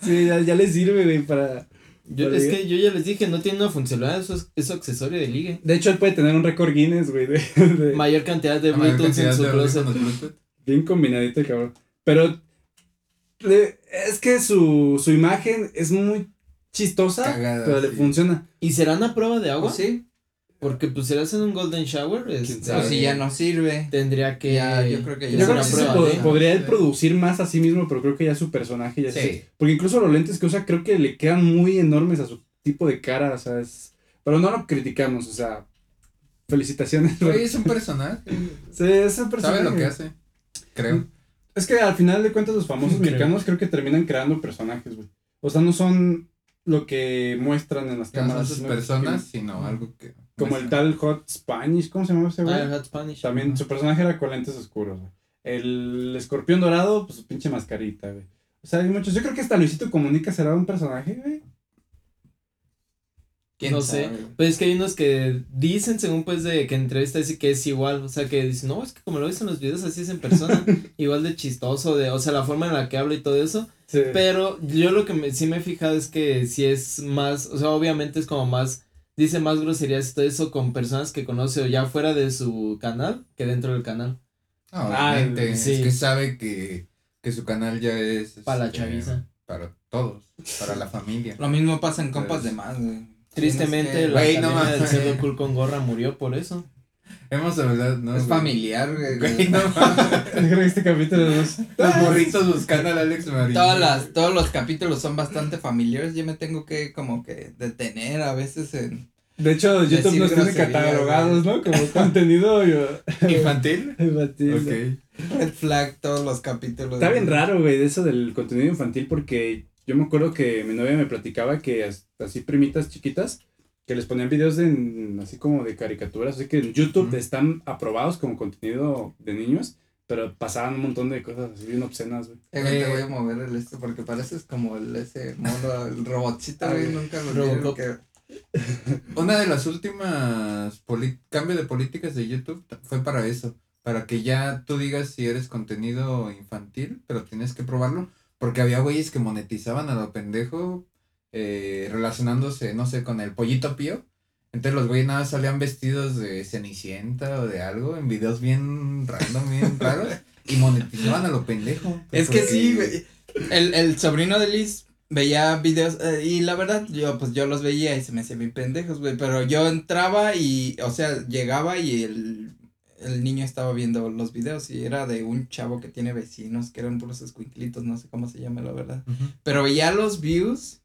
A: sí, ya, ya le sirve, güey, para.
D: Yo-
A: para
D: es
A: ligar.
D: que yo ya les dije, no tiene una funcionalidad, eso es, es accesorio de ligue.
A: De hecho, él puede tener un récord Guinness, güey, de- de,
D: Mayor cantidad de
C: La mayor
D: Bluetooth en
C: cantidad
D: su
C: de
D: closet.
C: audífonos Bluetooth.
A: Bien combinadito el cabrón. Pero le- es que su, su imagen es muy chistosa,
D: Ah,
C: Cagada,
A: pero le
C: sí.
A: funciona.
D: ¿Y serán a prueba de
A: Oh,
D: agua?
B: ¿O sí?
D: Porque pues si le hacen un golden shower, este,
A: sabe?
B: O si ya no sirve.
D: tendría que...
B: Ya, yo creo que
A: Pues
B: ya
A: Yo
D: es
A: creo
D: una
A: que sí se
D: prueba, ¿eh?
A: pod-
D: ¿no?
A: podría él
B: Sí.
A: producir más a sí mismo, pero creo que ya su personaje ya
C: Sí.
A: se- Porque incluso los lentes que usa creo que le quedan muy enormes a su tipo de cara, o sea, es... Pero no lo criticamos, o sea, felicitaciones.
C: Güey, es un personaje.
A: Sí, es un
C: Sabe
A: personaje.
C: lo que hace. Creo.
A: Es que al final de cuentas los famosos
D: Creo.
A: mexicanos creo que terminan creando personajes, güey. O sea, no son lo que muestran en las
C: Que no son
A: cámaras.
C: sus
A: sino que-
C: personas, sino algo que.
A: Como el tal Hot Spanish, ¿cómo se llamaba ese
D: Ah,
A: güey?
D: el Hot Spanish.
A: También
D: Ajá.
A: su personaje era con lentes oscuros, güey. El escorpión dorado, pues su pinche mascarita, güey. O sea, hay muchos. Yo creo que hasta Luisito Comunica será un personaje, güey.
B: ¿Quién
D: No
B: sabe?
D: sé. Pues es que hay unos que dicen, según pues de que entrevistas y que es igual, o sea que dicen, no, es que como lo ves en los videos así es en persona, igual de chistoso, de, o sea, la forma en la que habla y todo eso,
A: Sí.
D: pero yo lo que me- sí me he fijado es que si es más, o sea, obviamente es como más, dice más groserías y todo eso con personas que conoce o ya fuera de su canal que dentro del canal,
C: No,
A: Ah,
C: obviamente,
D: sí.
C: Es que sabe que, que su canal ya es.
D: para la
C: este,
D: chaviza.
C: Para todos. Para la familia.
B: Lo mismo pasa en compas
C: Pues,
B: de más, güey.
D: Tristemente,
B: Tienes
D: la
C: Güey, no
D: academia
C: mames.
D: del cerdo cool con gorra murió por eso.
C: Hemos hablado,
B: que-
C: ¿no?
B: Es
C: güey?
B: familiar, güey.
C: Güey, no mames.
A: Creo que este capítulo dos.
C: Los burritos buscando al Alex Marín.
B: Todas las, todos los capítulos son bastante familiares. Yo me tengo que como que detener a veces en.
A: De hecho,
B: Decir
A: YouTube nos tiene
B: groserías,
A: catalogados, ¿no? Como contenido yo-
B: eh,
C: ¿Infantil?
A: infantil.
C: Ok.
B: Red flag todos los capítulos.
A: Está bien
B: güey.
A: raro, güey, de eso del contenido infantil, porque yo me acuerdo que mi novia me platicaba que as- así primitas chiquitas, que les ponían videos de, en- así como de caricaturas, así que en YouTube
C: Ujú.
A: están aprobados como contenido de niños, pero pasaban un montón de cosas así bien obscenas, güey.
B: Eh, güey,
C: Eh.
B: te voy a mover el este porque pareces como el, ese mono, el robotcito, güey. Nunca lo
D: Robocop.
B: vieron que-
C: Una de las últimas poli- cambio de políticas de YouTube t- fue para eso. Para que ya tú digas si eres contenido infantil, pero tienes que probarlo. Porque había güeyes que monetizaban a lo pendejo eh, relacionándose, no sé, con el pollito pío. Entonces los güeyes nada salían vestidos de cenicienta o de algo en videos bien random, bien raros. Y monetizaban a lo pendejo.
B: Es que
C: Porque-
B: sí, güey. El, el sobrino de Liz veía videos eh, y la verdad, yo pues yo los veía y se me hacían bien pendejos, güey. Pero yo entraba y, o sea, llegaba y el, el niño estaba viendo los videos y era de un chavo que tiene vecinos que eran puros escuinclitos, no sé cómo se llama, la verdad.
C: Ujú.
B: Pero veía los views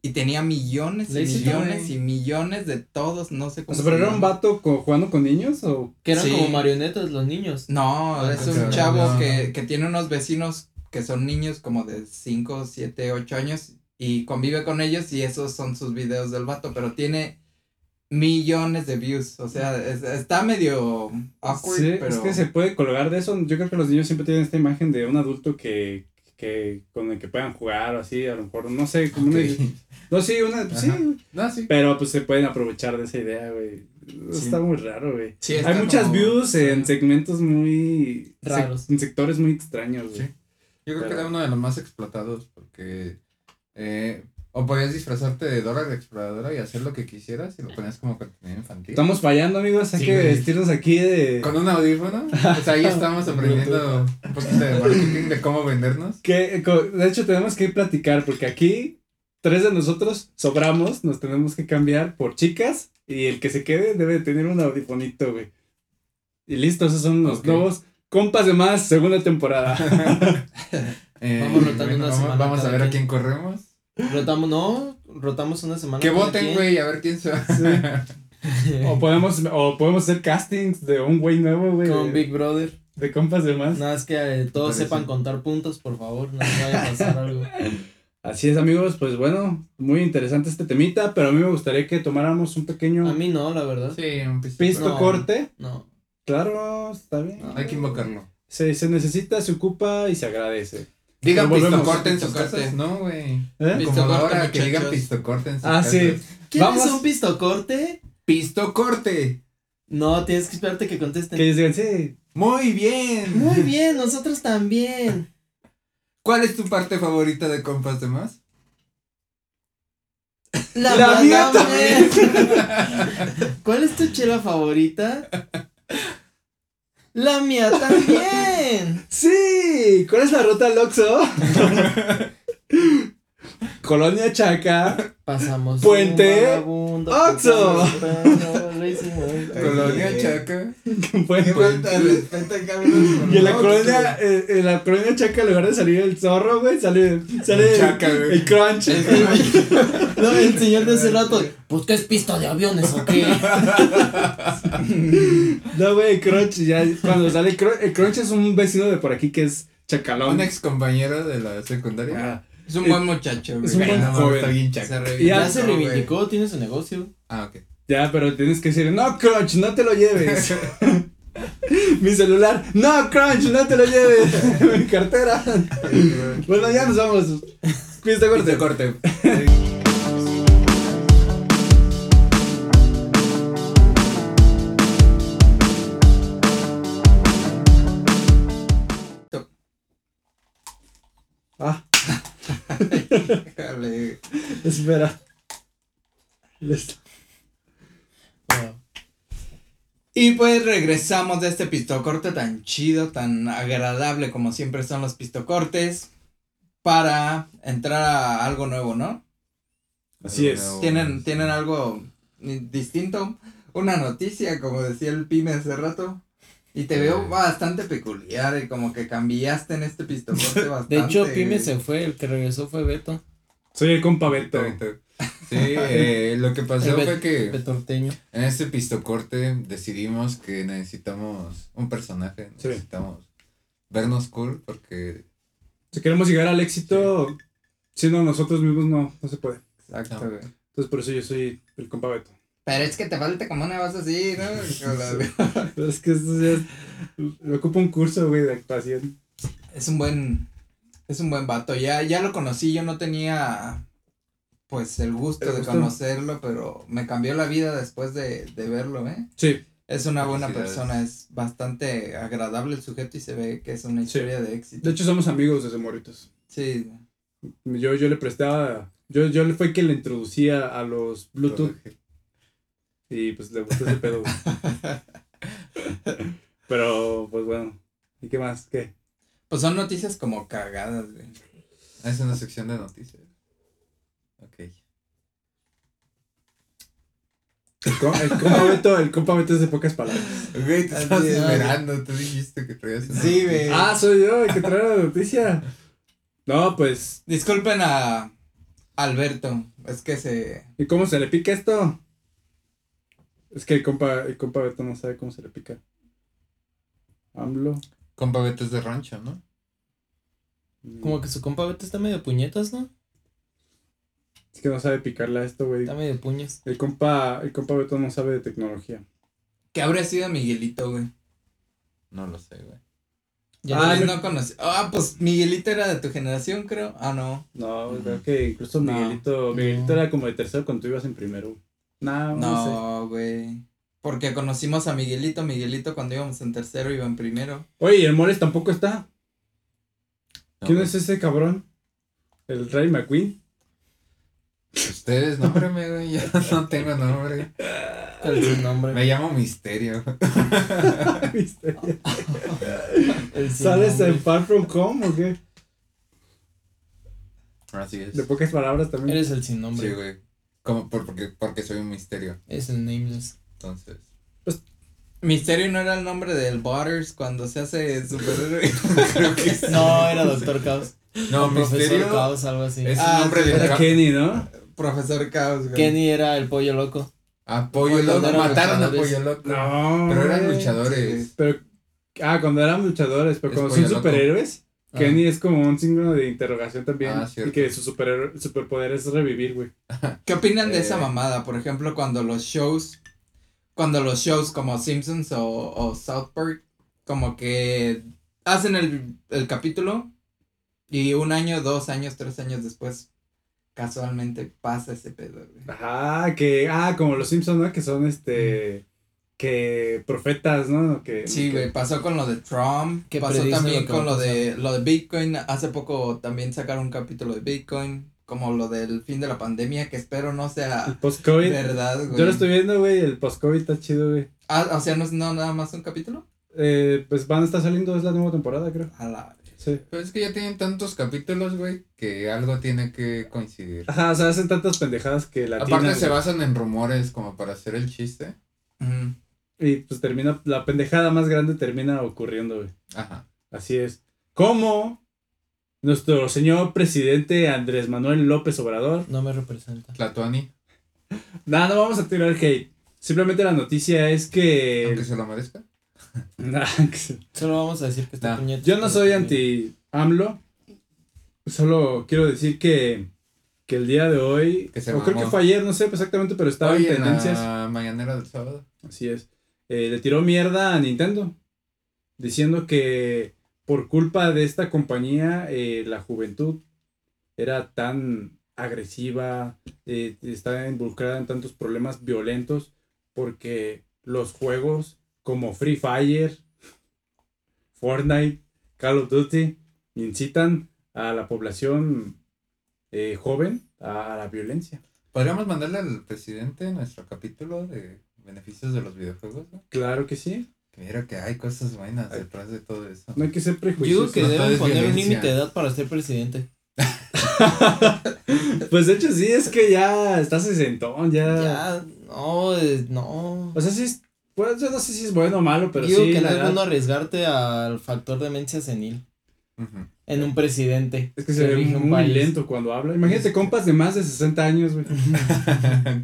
B: y tenía millones y
D: Le hiciste,
B: millones
C: güey.
B: y millones de todos, no sé
A: O
B: cómo
A: sea, pero
B: se
A: era un
B: llama.
A: vato co- jugando con niños o...
D: Que eran
B: Sí.
D: como marionetas los niños.
B: No,
D: Ah,
B: es
C: claro,
B: un chavo
C: no, no.
B: que, que tiene unos vecinos que son niños como de 5, 7, 8 años y convive con ellos y esos son sus videos del vato, pero tiene millones de views, o sea, es- está medio awkward,
A: Sí,
B: pero
A: es que se puede colgar de eso. Yo creo que los niños siempre tienen esta imagen de un adulto que, que con el que puedan jugar o así, a lo mejor, no sé, como una...
C: Ok.
A: No, sí, una... pues, sí,
C: Ajá. No, sí.
A: Pero pues se pueden aprovechar de esa idea, güey. Está muy raro, güey.
B: Sí,
A: Hay
B: está
A: muchas
B: como-
A: views en segmentos muy sec-
D: Raros.
A: en sectores muy extraños, güey.
C: Sí. Yo creo
A: Pero-
C: que era uno de los más explotados porque... eh, o podías disfrazarte de Dora la Exploradora y hacer lo que quisieras y lo ponías como contenido infantil.
A: Estamos fallando, amigos. Hay
C: Sí,
A: que
C: güey.
A: vestirnos aquí de.
C: Con un audífono, pues ahí estamos aprendiendo un poquito de marketing, de cómo vendernos.
A: que- co- De hecho, tenemos que platicar porque aquí tres de nosotros sobramos. Nos tenemos que cambiar por chicas y el que se quede debe de tener un audifonito, güey. Y listo, esos son los
C: Ok.
A: nuevos compas de más, segunda temporada.
C: Eh,
D: Vamos rotando una
C: vamos,
D: semana
C: vamos a
D: cada
C: ver a
D: quien.
C: quién corremos.
D: Rotamos, no, rotamos una semana.
C: Que
D: cada
C: voten,
D: quien.
C: güey, a ver quién se va.
A: o, podemos, o podemos hacer castings de un güey nuevo, güey. de-
D: Con Big Brother.
A: De compas de más.
D: Nada más que eh, todos
C: Parece.
D: sepan contar puntos, por favor, no les vaya a pasar algo.
A: Así es, amigos. Pues bueno, muy interesante este temita, pero a mí me gustaría que tomáramos un
D: A
A: pequeño
D: mí no, la verdad.
C: Sí, un piso.
A: pisto
D: No.
A: corte.
D: No.
A: Claro, está bien.
C: Hay que invocarlo.
A: Se, se necesita, se ocupa y se agradece.
C: Digan
A: Pero volvemos.
C: pistocorte en sus
B: Pistocorte.
C: casas, no, güey.
A: ¿Eh?
C: Como
B: Pistocorte,
C: ahora que digan
B: muchachos.
C: pistocorte en sus
A: Ah,
C: casas.
A: sí.
D: ¿Quieres
A: Vamos.
D: un pistocorte?
C: ¡Pistocorte!
D: No, tienes que esperarte que contesten.
A: Que ellos digan, sí.
C: ¡Muy bien!
D: Muy bien, nosotros también.
C: ¿Cuál es tu parte favorita de Compas de Más?
D: La,
A: La
D: Madame
A: mía
D: Web. ¿Cuál es tu chela favorita? La mía también.
A: Sí, ¿cuál es la ruta al Oxxo? Colonia Chaca.
D: Pasamos.
A: Puente.
D: un vagabundo,
A: Oxxo.
D: pasamos, lo hicimos.
C: Colonia
B: bien.
C: Chaca.
A: Bueno, y en la colonia, eh, en la colonia Chaca, en lugar de salir el zorro, güey, sale, sale el-
C: Chaca, güey.
A: el crunch.
D: No, el señor de ese rato. Pues qué es pista de aviones o qué.
A: No, güey, el crunch, ya, cuando sale el crunch, el crunch es un vecino de por aquí que es chacalón.
C: Un ex compañero de la secundaria.
A: Ah,
B: Es un buen muchacho, güey.
A: Es un buen-
C: No,
A: joven.
C: está bien
B: Se
C: chaca.
B: reivindicó,
D: Ya se
B: güey.
D: reivindicó, tiene su negocio.
C: Ah, ok.
A: Ya, pero tienes que decir, no, crunch, no te lo lleves. Mi celular, no, crunch, no te lo lleves. Mi cartera. bueno, ya nos vamos. Pista corte.
C: Pistocorte.
A: Ah,
B: Híjole, güey.
A: espera. Listo.
B: Y pues regresamos de este pistocorte tan chido, tan agradable como siempre son los pistocortes. Para entrar a algo nuevo, ¿no?
A: Así es.
B: Tienen, tienen algo ni- distinto. Una noticia, como decía el Pime hace rato. Y te veo
C: Eh.
B: bastante peculiar y como que cambiaste en este pistocorte bastante.
D: De hecho, Pime
B: güey.
D: se fue, el que regresó fue Beto.
A: Soy el compa Beto.
C: Sí, eh, lo que pasó
D: El Bet-
C: fue que.
D: Betorteño.
C: En este pistocorte decidimos que necesitamos un personaje,
A: Sí.
C: necesitamos vernos cool porque
A: Si queremos llegar al éxito, siendo nosotros mismos, no, no se puede.
B: Exacto,
C: No.
B: güey.
A: Entonces, por eso yo soy el compa Beto.
B: Pero es que te falta como una voz así, ¿no? Como la de-
A: Pero es que esto ya es- me ocupa un curso, güey, de actuación.
B: Es un buen. Es un buen vato. Ya, ya lo conocí, yo no tenía. Pues el gusto
A: El
B: de
A: gusto.
B: conocerlo, pero me cambió la vida después de, de verlo, ¿eh?
A: Sí,
B: Es una buena
C: Felicidades.
B: persona, es bastante agradable el sujeto y se ve que es una historia de éxito.
A: de hecho somos amigos desde moritos.
B: sí,
A: Yo, yo le prestaba, yo, yo le fue que le introducía a los Bluetooth y pues le gustó ese pedo. güey. Pero, pues bueno, ¿y qué más? ¿Qué?
B: pues son noticias como cagadas, güey.
C: Ah, es una sección de noticias. Ok.
A: Ah, El, com- el compa Beto, el compa Beto es de pocas palabras.
C: Güey, te estabas
B: Así es.
C: esperando, tú dijiste que traías una
B: Sí,
C: noticia.
B: güey.
A: Ah,
D: Eh,
A: soy yo, hay que traer la noticia. No, pues,
B: Disculpen a Alberto, es que se.
A: ¿y cómo se le pica esto? Es que el compa, el compa Beto no sabe cómo se le pica. AMLO.
C: Con pavetes de rancho, ¿no?
D: Como que su compa Beto está medio puñetas, ¿no?
A: Es que no sabe picarla esto, güey.
D: Está medio puñas.
A: El compa, el compa Beto no sabe de tecnología.
B: que habría sido Miguelito, güey?
C: No lo sé, güey.
D: Ya
B: Ah,
D: no-
B: no conocí. Ah, pues Miguelito era de tu generación, creo. Ah, no.
A: No,
C: Ujú.
A: creo que incluso
B: No.
A: Miguelito, Miguelito
D: No.
A: era como de tercero cuando tú ibas en primero. No, no sé.
B: No, güey. Porque conocimos a Miguelito, Miguelito cuando íbamos en tercero iba en primero.
A: Oye, ¿y el Mores tampoco está?
C: No,
A: ¿Quién
C: güey.
A: es ese cabrón? ¿El Ray McQueen?
C: Ustedes, nómbrame, güey. Yo no tengo nombre.
D: ¿Cuál es su nombre?
C: Me llamo Misterio.
A: ¿Viste?
D: El sin
A: ¿Sales
D: nombre.
A: en Far From Home o qué?
C: Así es.
A: De pocas palabras también.
D: Eres el sin nombre.
C: Sí, güey. Como por, porque, porque soy un misterio.
D: es el nameless.
C: Entonces.
B: Misterio no era el nombre del Butters cuando se hace superhéroe.
C: Creo que sí.
D: No, era Doctor Caos.
C: No,
D: o Profesor
C: misterio.
D: Caos, algo así.
C: Es
B: Ah,
C: el nombre
B: sí,
C: del
A: Era
C: cap-
A: Kenny, ¿no?
B: Profesor Caos, güey.
D: Kenny era el pollo loco.
C: Apoyo
D: Cuando
C: loco.
D: eran
C: Mataron a
D: luchadores.
C: Pollo loco.
A: No.
C: Pero eran
A: güey.
C: luchadores.
A: Pero, ah, cuando eran luchadores, pero
C: Es
A: cuando son
C: pollo loco.
A: superhéroes,
D: Ah.
A: Kenny es como un signo de interrogación también.
C: Ah, cierto.
A: y que su superhéroe- superpoder es revivir, güey.
B: ¿Qué opinan de esa
C: Eh.
B: mamada? Por ejemplo, cuando los shows, cuando los shows como Simpsons o, o South Park, como que hacen el, el capítulo Y un año, dos años, tres años después, casualmente pasa ese pedo, güey.
A: Ah, que, ah, como los Simpsons, ¿no? Que son este, que profetas, ¿no? Que,
B: Sí,
A: que-
B: güey, pasó con lo de Trump,
D: Que
B: pasó
D: predicen
B: también
D: lo que va
B: con
D: a
B: lo de, lo de Bitcoin, hace poco también sacaron un capítulo de Bitcoin, como lo del fin de la pandemia, que espero no
A: El
B: sea
A: post-COVID.
B: verdad, güey.
A: Yo lo estoy viendo, güey, el post-COVID está chido, güey.
B: Ah, o sea, no es no, nada más un capítulo.
A: Eh, pues van a estar saliendo, es la nueva temporada, creo.
B: A la...
A: Sí.
C: Pero es que ya tienen tantos capítulos, güey, que algo tiene que coincidir.
A: Ajá, o sea, hacen tantas pendejadas que la
C: Aparte
A: atinan,
C: se
A: güey.
C: basan en rumores como para hacer el chiste.
B: Ujú.
A: Y pues termina, la pendejada más grande termina ocurriendo, güey.
C: Ajá.
A: Así es. Como nuestro señor presidente Andrés Manuel López Obrador.
D: No me representa.
C: Tlatuani,
A: Nada, no vamos a tirar hate. Simplemente la noticia es que.
C: aunque se lo merezca.
A: Nah, que se-
D: Solo vamos a decir que está
C: No,
D: puñetito.
A: Yo no soy anti AMLO. Solo quiero decir que, que el día de hoy.
C: Que se
A: o creo
C: mamó.
A: que fue ayer, no sé exactamente, pero estaba
C: Hoy
A: en
C: en
A: tendencias.
C: la mañanera del sábado.
A: Así es. Eh, le tiró mierda a Nintendo. Diciendo que por culpa de esta compañía, eh, la juventud era tan agresiva, eh, está involucrada en tantos problemas violentos, porque los juegos como Free Fire, Fortnite, Call of Duty, incitan a la población eh, joven a- a la violencia.
C: Podríamos mandarle al presidente nuestro capítulo de beneficios de los videojuegos, ¿no?
A: Claro que sí,
C: Que mira que hay cosas buenas
A: Ay.
C: detrás de todo eso.
A: no hay que ser
D: Yo digo
A: prejuiciosos.
D: que
C: No todo
D: deben
C: es
D: poner un
C: violencia.
D: límite de edad para ser presidente.
A: Pues de hecho sí, es que ya está sesentón, ya.
D: Ya, no, eh, no.
A: O sea, sí, es- pues yo no sé si es bueno o malo, pero
D: digo
A: sí.
D: que no
A: la
D: es
A: edad-
D: bueno arriesgarte al factor demencia senil
C: Ujú.
D: en un presidente.
A: Es que se ve
D: rige un
A: muy
D: país.
A: lento cuando habla. Imagínate compas de más de 60 años, güey.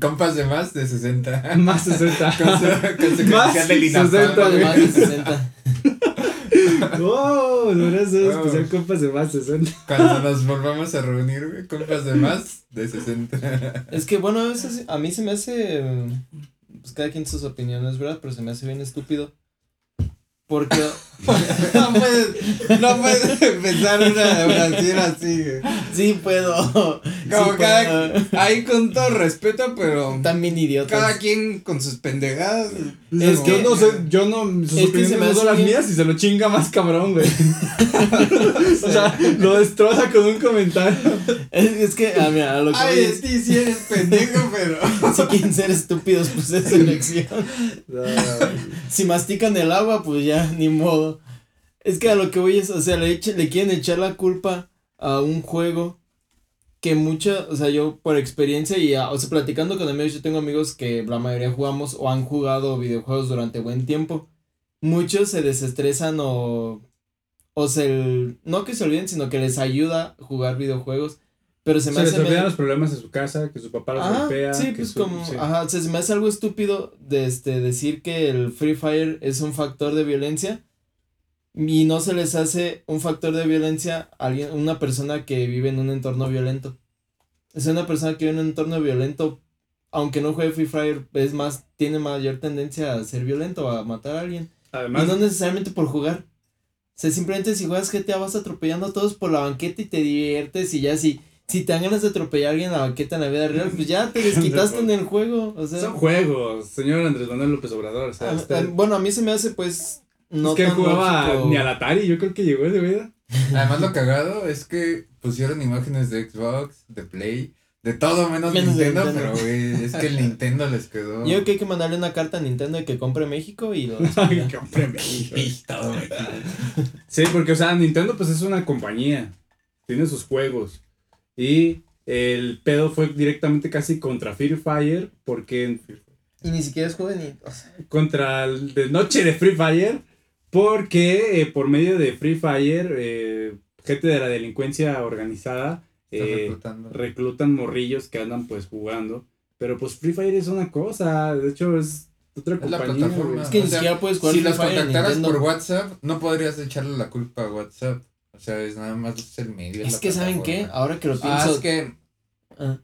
C: Compas de más de 60.
A: Más de 60.
C: Con su- con su
A: Más
C: credencial del
A: 60,
C: INAPAM.
D: Compas de más de 60.
A: ¡Oh! No eres eso,
C: Oh.
A: especial compas de más de 60.
C: Cuando nos volvamos a reunir, güey, compas de más de 60.
D: Es que bueno, eso sí, a mí se me hace. mm, Pues cada quien sus opiniones, ¿verdad? Pero se me hace bien estúpido. Porque.
B: no puedes, no puedes empezar una oración así, güey.
D: sí puedo.
B: Como
D: sí
B: cada-
D: puedo.
B: Ahí con todo respeto, pero
D: También idiotas.
B: cada quien con sus pendejadas.
A: Es yo
D: que-
A: no sé, yo no. Sus
D: Es que
A: opiniones
D: se me
A: no
D: hace
A: son las
D: bien-
A: mías y se lo chinga más cabrón, güey. o sea, lo destroza con un comentario.
D: Es, es que, a, mira, a lo que voy
B: Ay,
D: es,
B: es que sí eres pendejo, pero.
D: si quieren ser estúpidos, pues es elección. Si mastican el agua, pues ya, ni modo. Es que a lo que voy es, o sea, le, eche- le quieren echar la culpa a un juego que mucha, o sea, yo por experiencia y, a- o sea, platicando con amigos, yo tengo amigos que la mayoría jugamos o han jugado videojuegos durante buen tiempo. Muchos se desestresan o, o se, no que se olviden, sino que les ayuda jugar videojuegos, pero
A: Se,
D: se me
A: les
D: hace... medio-
A: olvidan los problemas en su casa, que su papá los
D: Ajá,
A: golpea.
D: sí,
A: que
D: pues
A: su-
D: como,
A: sí.
D: ajá, o sea, se me hace algo estúpido de este, decir que el Free Fire es un factor de violencia y no se les hace un factor de violencia a alguien, una persona que vive en un entorno violento. O sea, una persona que vive en un entorno violento, aunque no juegue Free Fire, es más, tiene mayor tendencia a ser violento, a matar a alguien.
A: Además,
D: Y no necesariamente por jugar. O sea, simplemente si juegas GTA vas atropellando a todos por la banqueta y te diviertes y ya si, si te dan ganas de atropellar a alguien en la banqueta en la vida real, pues ya te desquitaste en el juego. O sea,
A: son juegos, señor Andrés Manuel López Obrador. O sea,
D: a-
A: usted-
D: a- bueno, a mí se me hace pues no
A: es que él
D: tan
A: jugaba
D: lógico.
A: ni al Atari, yo creo que llegó ese vida.
C: Además, lo cagado es que pusieron imágenes de Xbox, de Play, de todo menos,
D: Menos de
C: Nintendo,
D: Nintendo.
C: pero güey, es que el Nintendo les quedó.
D: Yo creo que hay que mandarle una carta a Nintendo de que compre México y lo
A: Ay,
D: despida.
A: qué hombre, México.
C: Todo, güey.
A: Sí, porque, o sea, Nintendo pues es una compañía, tiene sus juegos. Y el pedo fue directamente casi contra Free Fire, porque
D: Y ni siquiera es juvenil. o sea,
A: contra el de noche de Free Fire, porque eh, por medio de Free Fire, eh, gente de la delincuencia organizada
C: Está
A: eh,
C: reclutando.
D: pues,
A: reclutan morrillos que andan pues jugando. Pero pues Free Fire es una cosa, de hecho es otra
C: Es la
A: compañía.
C: plataforma.
A: güey.
D: es que
C: O
D: ni
C: sea,
D: siquiera puedes jugar
C: si
D: Free
C: los
D: Fire en
C: contactaras
D: Nintendo.
C: por WhatsApp, no podrías echarle la culpa a WhatsApp. O sea, es nada más el medio.
D: Es
C: la
D: que, ¿saben qué?
C: plataforma.
D: Ahora que lo
B: Ah,
D: pienso...
B: es que.
D: Ah.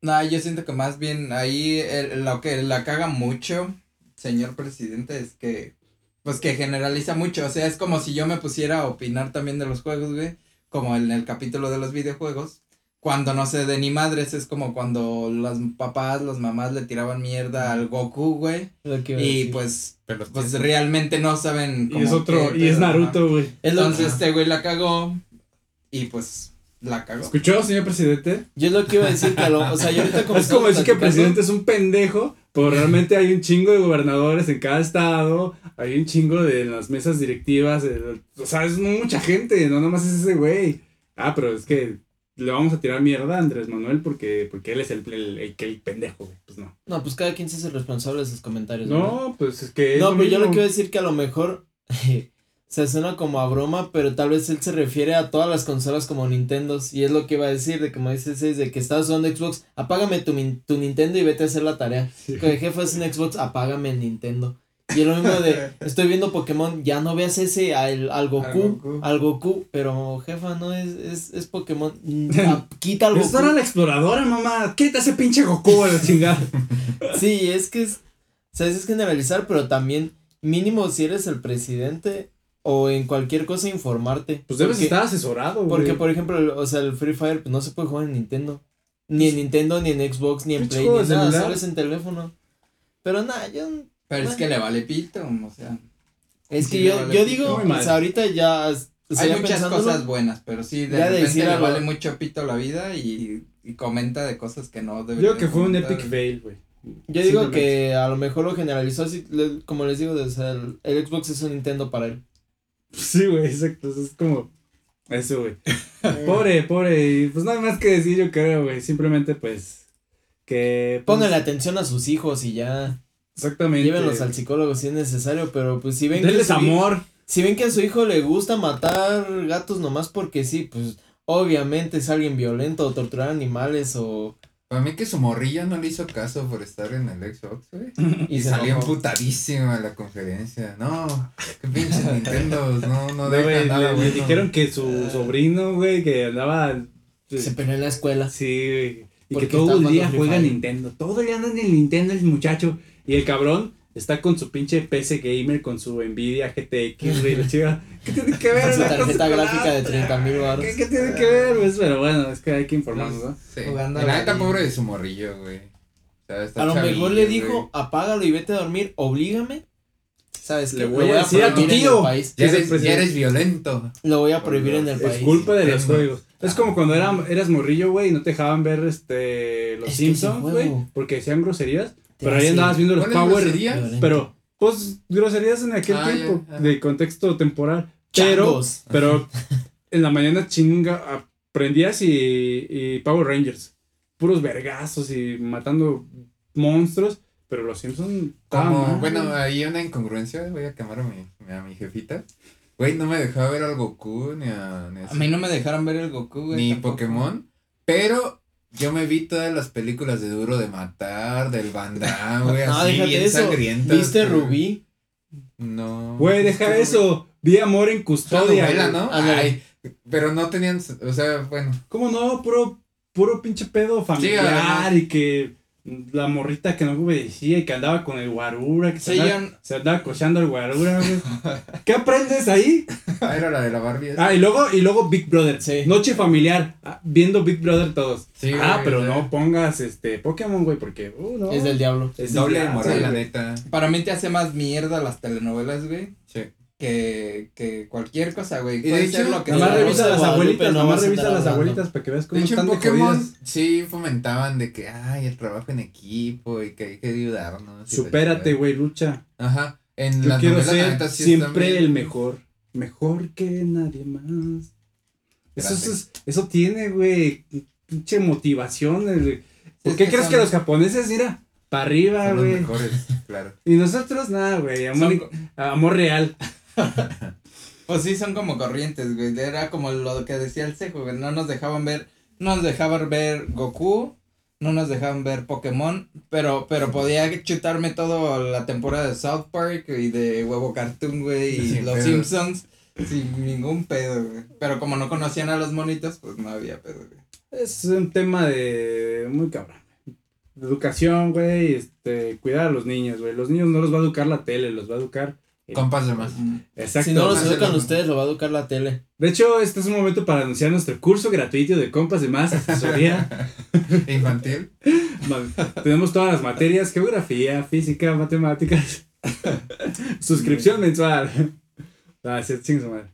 B: No, yo siento que más bien ahí el- lo que la caga mucho, señor presidente, es que. Pues que generaliza mucho. O sea, es como si yo me pusiera a opinar también de los juegos, güey. como en el capítulo de los videojuegos, cuando no se de ni madres, es como cuando las papás, las mamás le tiraban mierda al Goku, güey.
D: Lo que iba a
B: Y
D: decir.
B: pues,
C: Pero
B: pues realmente no saben.
A: Y
B: como
A: es otro,
B: qué
A: y es
B: pedo, ¿no?
A: Naruto, güey.
D: Es lo-
B: Entonces este güey la cagó y pues la cagó.
A: ¿Escuchó, señor presidente?
D: yo es lo que iba a decir, que a lo- o sea, yo ahorita como
A: es como
D: estamos
A: decir que el
D: platicando-
A: presidente es un pendejo, pero realmente hay un chingo de gobernadores en cada estado, hay un chingo de las mesas directivas, eh, o sea, es mucha gente, no nomás es ese güey. Ah, pero es que le vamos a tirar mierda a Andrés Manuel porque, porque él es el, el, el- el pendejo, güey. Pues no.
D: No, pues cada quien se hace responsable de sus comentarios. ¿verdad?
A: No, pues es que... es
D: No, pero yo lo
A: mismo.
D: que iba a decir que a lo mejor se suena como a broma, pero tal vez él se refiere a todas las consolas como Nintendo. Y es lo que iba a decir, de como dice Seis, de que estás usando Xbox, apágame tu, min- tu Nintendo y vete a hacer la tarea.
A: Sí.
D: Que el jefe es un Xbox, apágame el Nintendo. Y es lo mismo de, estoy viendo Pokémon, ya no veas ese al, al Goku, al
B: Al
D: Goku,
B: Goku.
D: pero jefa, no es, es, es Pokémon. mm, ah, Quita al
A: Es Dora
D: Goku.
A: la exploradora, mamá. ¿Qué te hace pinche Goku a la chingada?
D: Sí, es que es, o sea, es generalizar, pero también mínimo si eres el presidente o en cualquier cosa informarte.
A: Pues debes
D: Porque-
A: estar asesorado, güey.
D: Porque, por ejemplo, el- o sea, el Free Fire pues, no se puede jugar en Nintendo. Ni en Nintendo, ni en Xbox, ni en
A: Pinche
D: Play, ni
A: Pues, juego de
D: nada,
A: celular.
D: solo es en teléfono. Pero nada, yo...
B: Pero es que le vale pito, o sea.
D: Es que
B: Sí,
D: yo,
B: vale,
D: yo digo,
A: muy
D: o
A: mal.
D: sea, ahorita ya... O sea,
B: Hay
D: ya
B: muchas
D: pensándolo,
B: cosas buenas, pero sí,
D: Ya
B: de
D: de
B: repente
D: decir
B: le
D: algo-
B: vale mucho pito la vida y, y comenta de cosas que no
A: Yo
B: debería.
A: creo que fue un
B: comentar.
D: Ah.
A: epic fail, güey.
D: Yo digo
A: Simplemente.
D: que a lo mejor lo generalizó así, le- como les digo, o sea, el, el Xbox es un Nintendo para él.
A: Sí, güey, exacto. eso Es como. Eso, güey. Pobre, pobre. y pues nada más que decir, yo creo, güey. Simplemente, pues. Que. pues,
D: Pónganle atención a sus hijos y ya.
A: Exactamente.
D: Llévenlos al psicólogo si es necesario, pero pues si ven que
A: Denles
D: su hij-
A: amor.
D: Si ven que a su hijo le gusta matar gatos nomás porque sí, pues obviamente es alguien violento o torturar animales o...
C: Para mí que su morrilla no le hizo caso por estar en el Xbox, güey.
D: Y,
C: Y,
D: se
C: salió
D: enojó.
C: emputadísima a la conferencia. No, qué pinches Nintendo. No, no
A: No,
C: deja
A: güey,
C: nada,
A: le, le
C: güey.
A: dijeron que su sobrino, güey, que andaba.
D: Ah. Se peleó en la escuela.
A: Sí, güey. Y
D: Porque
A: que todo el
D: estaba
A: día
D: jugando Free
A: juega
D: Fire.
A: Nintendo. Todo el día anda en el Nintendo el muchacho. Y el cabrón está con su pinche PC Gamer, con su Nvidia GTX, güey. la chica, ¿Qué tiene que ver?
D: Con su
A: una cosa
D: tarjeta
A: con la
D: gráfica de
A: otra?
D: 30,000 varos.
A: ¿Qué, ¿Qué tiene que ver? Pues, pero bueno, es que hay que informarnos,
D: Pues,
A: ¿no?
C: Sí.
B: Jugando
C: Y la
B: al-
C: neta, pobre de su morrillo, güey. O sea, está
D: A lo
C: chavillo,
D: mejor le
C: güey.
D: dijo, apágalo y vete a dormir, oblígame. ¿Sabes
A: Le
D: qué?
A: voy
D: Lo
A: a decir a tu
D: prohibir en
A: tío.
D: el país.
C: Ya
A: Es el
C: eres, ya
A: presidente.
C: eres violento.
D: Lo voy a prohibir en el
A: Es
D: país.
A: culpa de los
C: Nintendo.
A: juegos. Es como cuando era, eras morrillo, güey, y no te dejaban ver este los
D: Es que ese
A: Simpsons,
D: juego.
A: güey, porque decían groserías.
D: Te
A: Pero ahí
D: hace
A: andabas viendo los
C: ¿Cuál es
A: Power.
C: grosería?
D: violento.
A: Pero, pues, groserías en aquel
C: Ah, ya,
A: tiempo,
C: ah.
A: de contexto temporal. Pero,
D: Changos.
A: pero en la mañana chinga, aprendías y, y Power Rangers. Puros vergazos y matando monstruos. Pero los Simpsons.
C: Como,
A: Ah,
C: bueno, hay una incongruencia, voy a quemar a mi, a mi jefita. Güey, no me dejaba ver al Goku ni a, ni a
B: A mí no me dejaron ver el Goku, güey.
C: ni
B: tampoco.
C: Pokémon, pero yo me vi todas las películas de Duro de Matar, del Bandá, güey,
D: No,
C: así
D: déjate
C: bien
D: eso.
C: sangrientas,
D: ¿Viste
C: güey.
D: Rubí?
C: No.
A: Güey, deja
C: Es que-
A: eso. Vi amor en
C: Es una
A: custodia.
C: novela,
A: güey.
C: este, ¿no?
D: Ándale.
C: Ay, pero no tenían, o sea, bueno,
A: ¿Cómo no? Puro, puro pinche pedo familiar
C: además.
A: y que la morrita que no obedecía y que andaba con el guarura, que se,
B: Sí,
A: andaba,
B: yo-
A: se andaba cochando el guarura, güey. ¿Qué aprendes ahí?
C: ah, era la de la Barbie. esa.
A: Ah, y luego, y luego Big Brother.
D: Sí.
A: Noche familiar. ah, viendo Big Brother todos.
C: Sí,
A: ah,
C: güey,
A: pero
C: o sea,
A: no pongas este Pokémon, güey, porque. uh, no.
D: Es del diablo.
A: Es
C: Doble
A: del
C: de moral,
A: diablo,
C: la
A: güey.
C: neta.
B: Para mí te hace más mierda las telenovelas, güey,
C: Sí.
B: que, que cualquier cosa, güey.
C: de
B: Puede
C: hecho,
B: ser lo que
A: Nada
D: La
A: más
B: sea.
D: Rosa
A: revisa
D: de
A: las
D: Guadalupe
A: abuelitas,
D: no
A: nada
D: vas
A: más
D: a
A: revisa
D: andar
A: las
D: hablando.
A: abuelitas para que veas
C: De
A: cómo
C: hecho, en
A: están de
C: Pokémon
A: jodidas.
C: sí fomentaban de que, ay, el trabajo en equipo y que hay que ayudarnos. y la
A: Supérate,
C: chingada.
A: güey, lucha.
C: Ajá. En
A: Yo
C: las
A: quiero
C: novelas, la
A: ser
C: neta, sí están
A: siempre
C: bien-
A: el mejor. Mejor que nadie más. Eso,
C: Grande.
A: es- eso tiene, güey. Pinche motivación. el- ¿Por
B: Es
A: qué
B: que
A: crees
B: son-
A: que los japoneses, mira, para arriba,
C: Son los
A: güey?
C: mejores, claro.
A: Y nosotros, nada, güey. Amor,
B: Son-
A: amor real.
B: pues sí, son como corrientes, güey. Era como lo que decía el Cejo, güey. No nos dejaban ver, no nos dejaban ver Goku, no nos dejaban ver Pokémon, pero, pero podía chutarme toda la temporada de South Park y de Huevo Cartoon, güey, y
C: Sin
B: Los
C: pedos.
B: Simpsons. Sin ningún pedo, güey. Pero como no conocían a los monitos, pues no había pedo, güey.
A: Es un tema de. Muy cabrón. Educación, güey. Este, cuidar a los niños, güey. Los niños no los va a educar la tele, los va a educar
C: Compas de más.
A: Exacto.
D: Si no los
C: más el
D: educan
C: mundo.
D: ustedes, lo va a educar la tele.
A: De hecho, este es un momento para anunciar nuestro curso gratuito de compas de más, asesoría.
C: Infantil.
A: Ma- Tenemos todas las materias, geografía, física, matemáticas. Suscripción mensual. Ah, sí, chingue su madre.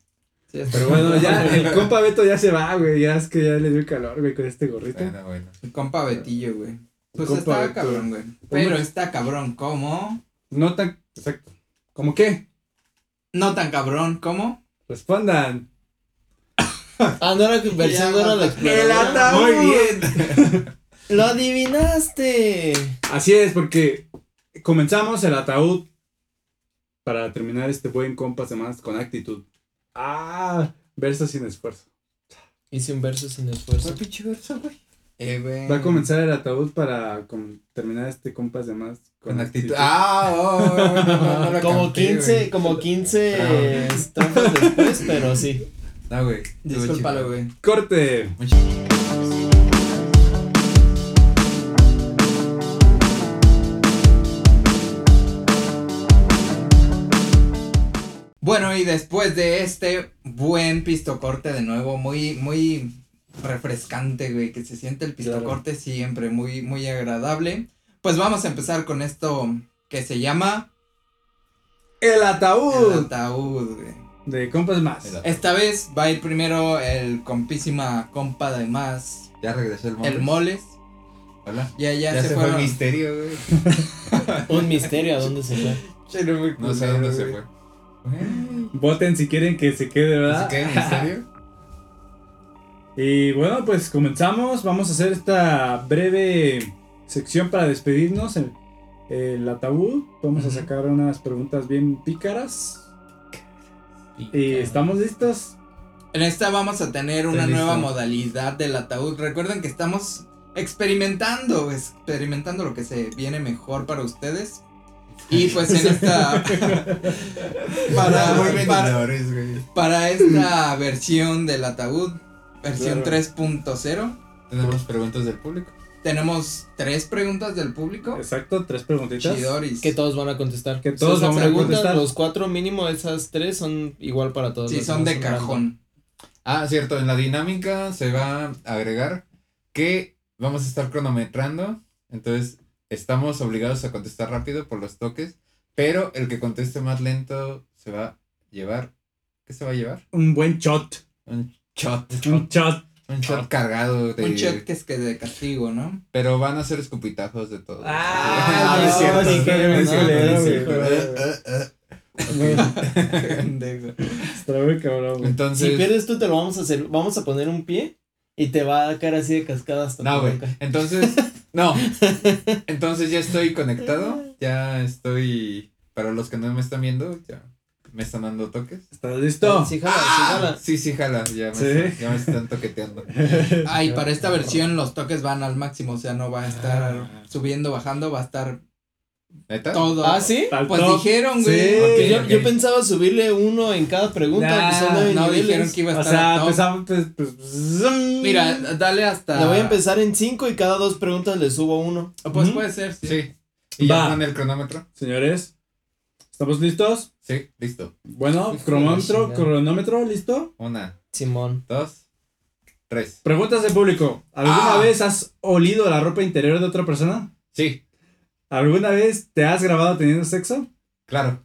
B: Sí, está-
A: Pero bueno, ya el compa Beto ya se va, güey. Ya es que ya le dio calor, güey, con este gorrito.
C: Bueno, bueno.
B: El compa Betillo, güey. Pues
A: Compa
B: está
A: Beto.
B: cabrón, güey. Pero está cabrón, ¿cómo?
A: No tan. Exacto. ¿Cómo qué?
B: No tan cabrón, ¿cómo?
A: Respondan.
D: Ah, no era que versando era la exploradora.
A: ataúd.
B: Muy bien.
D: Lo adivinaste.
A: Así es, porque comenzamos el ataúd para terminar este buen compas de más con actitud. Ah, verso sin esfuerzo.
D: Hice un verso sin
A: Pues
D: esfuerzo.
B: Eh, güey.
A: Va a comenzar el ataúd para com- terminar este compas de más
C: Con actitud. Ah, oh, no, no la
D: como
C: canté,
D: 15,
C: güey.
D: como 15
C: Ah, ok.
D: estrofas después, pero sí.
C: No, güey. estuvo
B: Discúlpalo,
C: chido.
B: güey.
A: Corte.
B: Bueno, y después de este buen pistocorte de nuevo, muy, muy refrescante, güey, que se siente el pistocorte siempre, muy, muy agradable. Pues vamos a empezar con esto que se llama
A: El
B: el
A: ataúd
B: ataúd, güey.
A: de compas de más.
C: El-
B: Esta vez va a ir primero el compísima compa de más,
C: Ya regresó el mole.
B: el Moles.
C: Hola.
B: Ya, ya,
C: Ya,
B: se,
C: se, fue el
B: fueron.
C: misterio, güey.
D: Un misterio a dónde se fue.
C: No sé dónde se fue. Güey,
A: Voten si quieren que se quede, ¿verdad?
C: ¿Se queda en misterio?
A: Y bueno, pues comenzamos. Vamos a hacer esta breve sección para despedirnos. El, el ataúd. Vamos a
D: Ujú.
A: sacar unas preguntas bien pícaras. Y estamos listos.
B: En esta vamos a tener una
C: Estoy
B: nueva
C: listo.
B: modalidad del ataúd. Recuerden que estamos experimentando, experimentando lo que se viene mejor para ustedes. Y pues en esta para,
C: Muy
B: para,
C: vendedores, güey.
B: para esta versión del ataúd, versión
A: Claro.
B: 3.0,
C: Tenemos preguntas del público.
B: tenemos tres preguntas del público.
A: Exacto, tres preguntitas.
B: Chidoris.
D: Que todos van a contestar.
A: Que todos
D: O sea,
A: vamos a
D: preguntas,
A: contestar.
D: Los cuatro mínimo, esas tres son igual para todos.
B: Sí,
D: los
B: son
D: demás,
B: de
D: random.
B: cajón.
C: Ah, cierto, en la dinámica se va a agregar que vamos a estar cronometrando, entonces estamos obligados a contestar rápido por los toques, pero el que conteste más lento se va a llevar, ¿qué se va a llevar?
A: Un buen shot.
C: Un shot,
A: Un shot.
C: un shot cargado de...
B: Un shot que es que de castigo, ¿no?
C: Pero van a ser escupitajos de todo.
A: Ah,
D: no, sí, qué
C: no es
D: culero,
C: cierto.
A: güey.
C: Eh, eh, eh.
B: Pendejo.
A: Está muy cabrón, güey.
D: Si
C: Entonces...
D: pierdes tú, te lo vamos a hacer. Vamos a poner un pie y te va a caer así de cascada hasta
C: No,
D: tu
C: güey.
D: boca.
C: Entonces, no. Entonces ya estoy conectado. Ya estoy. Para los que no me están viendo, ya me están dando toques.
A: ¿Estás listo?
D: Sí, jala, sí, jala.
C: Sí, sí, jala. Ya me,
A: Sí.
C: están, ya me están toqueteando.
B: Ah, y para esta versión los toques van al máximo, o sea, no va a
A: Ah.
B: estar subiendo, bajando, va a estar
C: ¿Neta?
B: todo.
D: Ah, ¿sí?
A: Al
B: Pues
A: top.
B: dijeron,
A: Sí.
B: güey. ah,
D: Porque Pues yo,
C: ok.
D: yo pensaba subirle uno en cada pregunta.
A: Nah,
D: pues son nueve
B: No
D: niveles.
B: dijeron que iba a
A: O
B: estar al
A: sea,
B: top.
A: empezamos. Pues, pues, zoom.
B: Mira, dale hasta.
D: La voy a empezar en cinco y cada dos preguntas le subo uno.
C: Ah,
B: Oh, Pues
A: Ujú.
B: puede ser, sí.
C: Sí. ¿Y ya
A: Va.
C: con el cronómetro?
A: Señores, ¿estamos listos?
C: Sí, listo.
A: Bueno,
D: Hijo de
A: cronómetro,
D: chingada.
A: cronómetro, ¿listo?
C: Una,
D: Simón.
C: dos, tres.
A: Preguntas de público. ¿Alguna
C: Ah.
A: vez has olido la ropa interior de otra persona?
C: Sí,
A: ¿Alguna vez te has grabado teniendo sexo?
C: claro.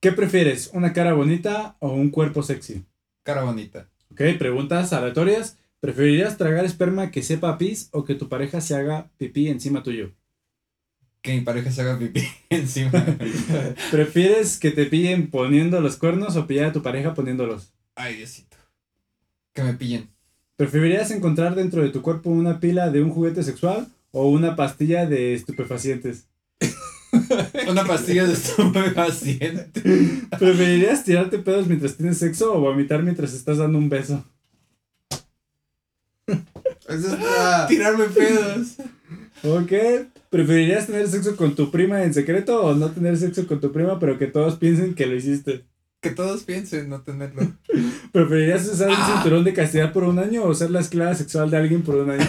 A: ¿Qué prefieres, una cara bonita o un cuerpo sexy?
C: Cara bonita.
A: Ok, preguntas aleatorias. ¿Preferirías tragar esperma que sepa a pis o que tu pareja se haga pipí encima tuyo?
C: Que mi pareja se haga pipí encima.
A: ¿Prefieres que te pillen poniendo los cuernos o pillar a tu pareja poniéndolos?
C: Ay, Diosito. Que me pillen.
A: ¿Preferirías encontrar dentro de tu cuerpo una pila de un juguete sexual o una pastilla de estupefacientes?
C: Una pastilla de estupefaciente.
A: ¿Preferirías tirarte pedos mientras tienes sexo o vomitar mientras estás dando un beso?
B: Eso está.
C: Tirarme pedos.
A: Ok. ¿Preferirías tener sexo con tu prima en secreto o no tener sexo con tu prima pero que todos piensen que lo hiciste?
C: Que todos piensen no tenerlo.
A: ¿Preferirías usar un cinturón de castidad por un año o ser la esclava sexual de alguien por un año?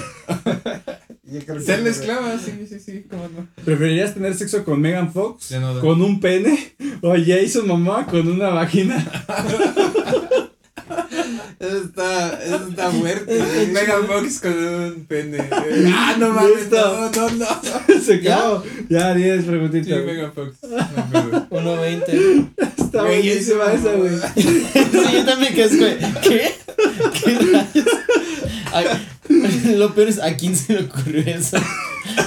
C: Ser la esclava, sí, sí, sí, cómo no.
A: ¿Preferirías tener sexo con Megan Fox?
C: Pues Ya no da.
A: ¿Con un pene? ¿O Jason Mamá con una vagina?
B: Eso está, eso está fuerte. güey.
C: Megan Fox con un pene. güey.
B: Ah, no mames,
A: Listo.
B: no, no, no.
A: Se acabó. Ya, 10 preguntitas.
C: Sí, Megan Fox. No, pero-
D: 1.20.
A: Está
C: Güey,
A: buenísima
C: es-
A: esa, güey.
D: Sí, yo también que es, güey. ¿Qué? ¿Qué rayos? Ay, lo peor es a quién se le ocurrió eso.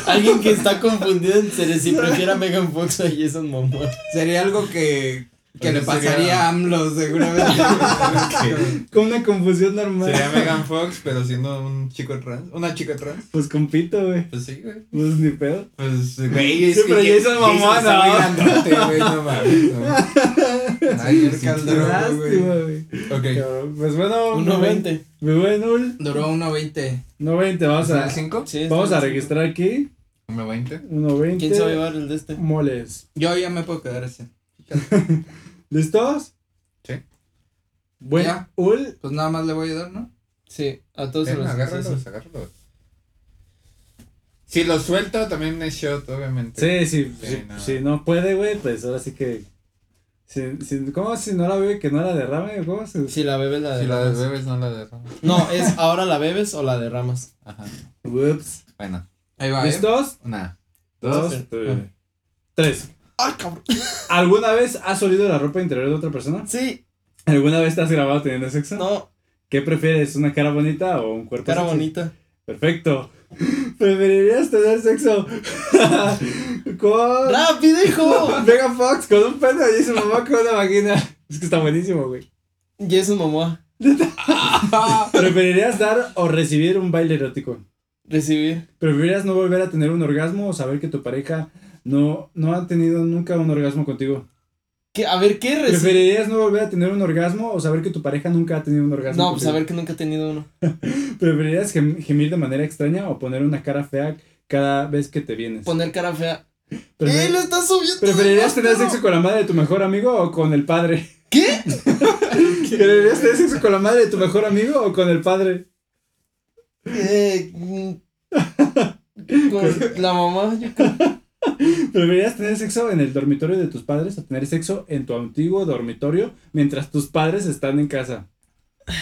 D: Alguien que está confundido entre si prefiere a Megan Fox o a Jason Momoa.
B: Sería algo que,
A: Pues
C: O
B: que
C: sea,
B: le pasaría
C: sería-
B: a AMLO seguramente.
A: Con una confusión normal.
C: Sería Megan Fox, pero siendo un chico trans. Una chica trans.
A: Pues compito, güey.
C: Pues sí, güey.
A: Pues ni pedo.
C: Pues, güey, es
A: Sí, pero
C: que-
A: Jason
C: que-
A: Momoa,
C: está muy
A: no.
C: grandote, güey, no mames, no. Ay, sí,
B: Calderón.
C: claro.
A: Lástima, güey.
C: Ok.
A: Cabrón. Pues bueno.
D: 1.20.
A: Muy bueno.
B: Duró 1.20.
A: 1.20. Vamos a,
C: ¿1.5?
D: Sí, está
A: vamos a
D: bien.
A: registrar aquí.
C: ¿1.20?
D: Este, ¿Quién se va
A: 1.20.
D: a llevar el de este?
A: Moles.
B: Yo ya me puedo quedar así.
A: ¿Listos?
C: Sí.
A: Bueno.
B: Ya.
A: Ul.
B: Pues nada más le voy a dar, ¿no?
D: Sí, a todos se
C: Ven,
D: los
C: Agárralos, agárralos. Si los suelto, también es shot,
A: Sí,
C: obviamente.
A: sí.
C: Sí,
A: sí,
C: no.
A: Si no puede, güey, pues ahora sí que. Si, si- ¿Cómo si no la bebe que no la derrame? ¿Cómo se.?
D: Si la bebes, la
C: Si la
D: derramas.
C: bebes, no la derramas.
D: No, es ahora la bebes o la derramas.
C: Ajá.
A: Ups.
C: Bueno,
B: Ahí va, ¿eh?
A: ¿Listos?
C: una.
A: Dos,
D: Sí.
A: tres. Tres. ¿Alguna vez has olido la ropa interior de otra persona?
D: Sí,
A: ¿Alguna vez te has grabado teniendo sexo?
D: no,
A: ¿Qué prefieres, una cara bonita o un cuerpo
D: cara
A: sexy?
D: bonita.
A: Perfecto. ¿Preferirías tener sexo con
D: ¡Rápido, hijo!
A: Vega Fox con un pene y su mamá con una vagina? Es que está buenísimo, güey.
D: Jason Momoa,
A: ¿Preferirías dar o recibir un baile erótico?
D: recibir.
A: ¿Preferirías no volver a tener un orgasmo o saber que tu pareja no, no ha tenido nunca un orgasmo contigo?
D: ¿Qué? A ver, ¿qué recibir?
A: ¿Preferirías no volver a tener un orgasmo o saber que tu pareja nunca ha tenido un orgasmo
D: No, pues
A: contigo?
D: a ver que nunca he tenido uno.
A: ¿Preferirías gem- gemir de manera extraña o poner una cara fea cada vez que te vienes?
D: Poner cara fea.
A: Prefer-
D: ¡Eh, lo estás subiendo!
A: ¿Preferirías tener
D: demasiado!
A: sexo con la madre de tu mejor amigo o con el padre?
D: ¿Qué?
A: ¿Preferirías tener sexo con la madre de tu mejor amigo o con el padre?
D: Eh, mm, con la mamá, yo creo.
A: ¿Preferirías tener sexo en el dormitorio de tus padres o tener sexo en tu antiguo dormitorio mientras tus padres están en casa?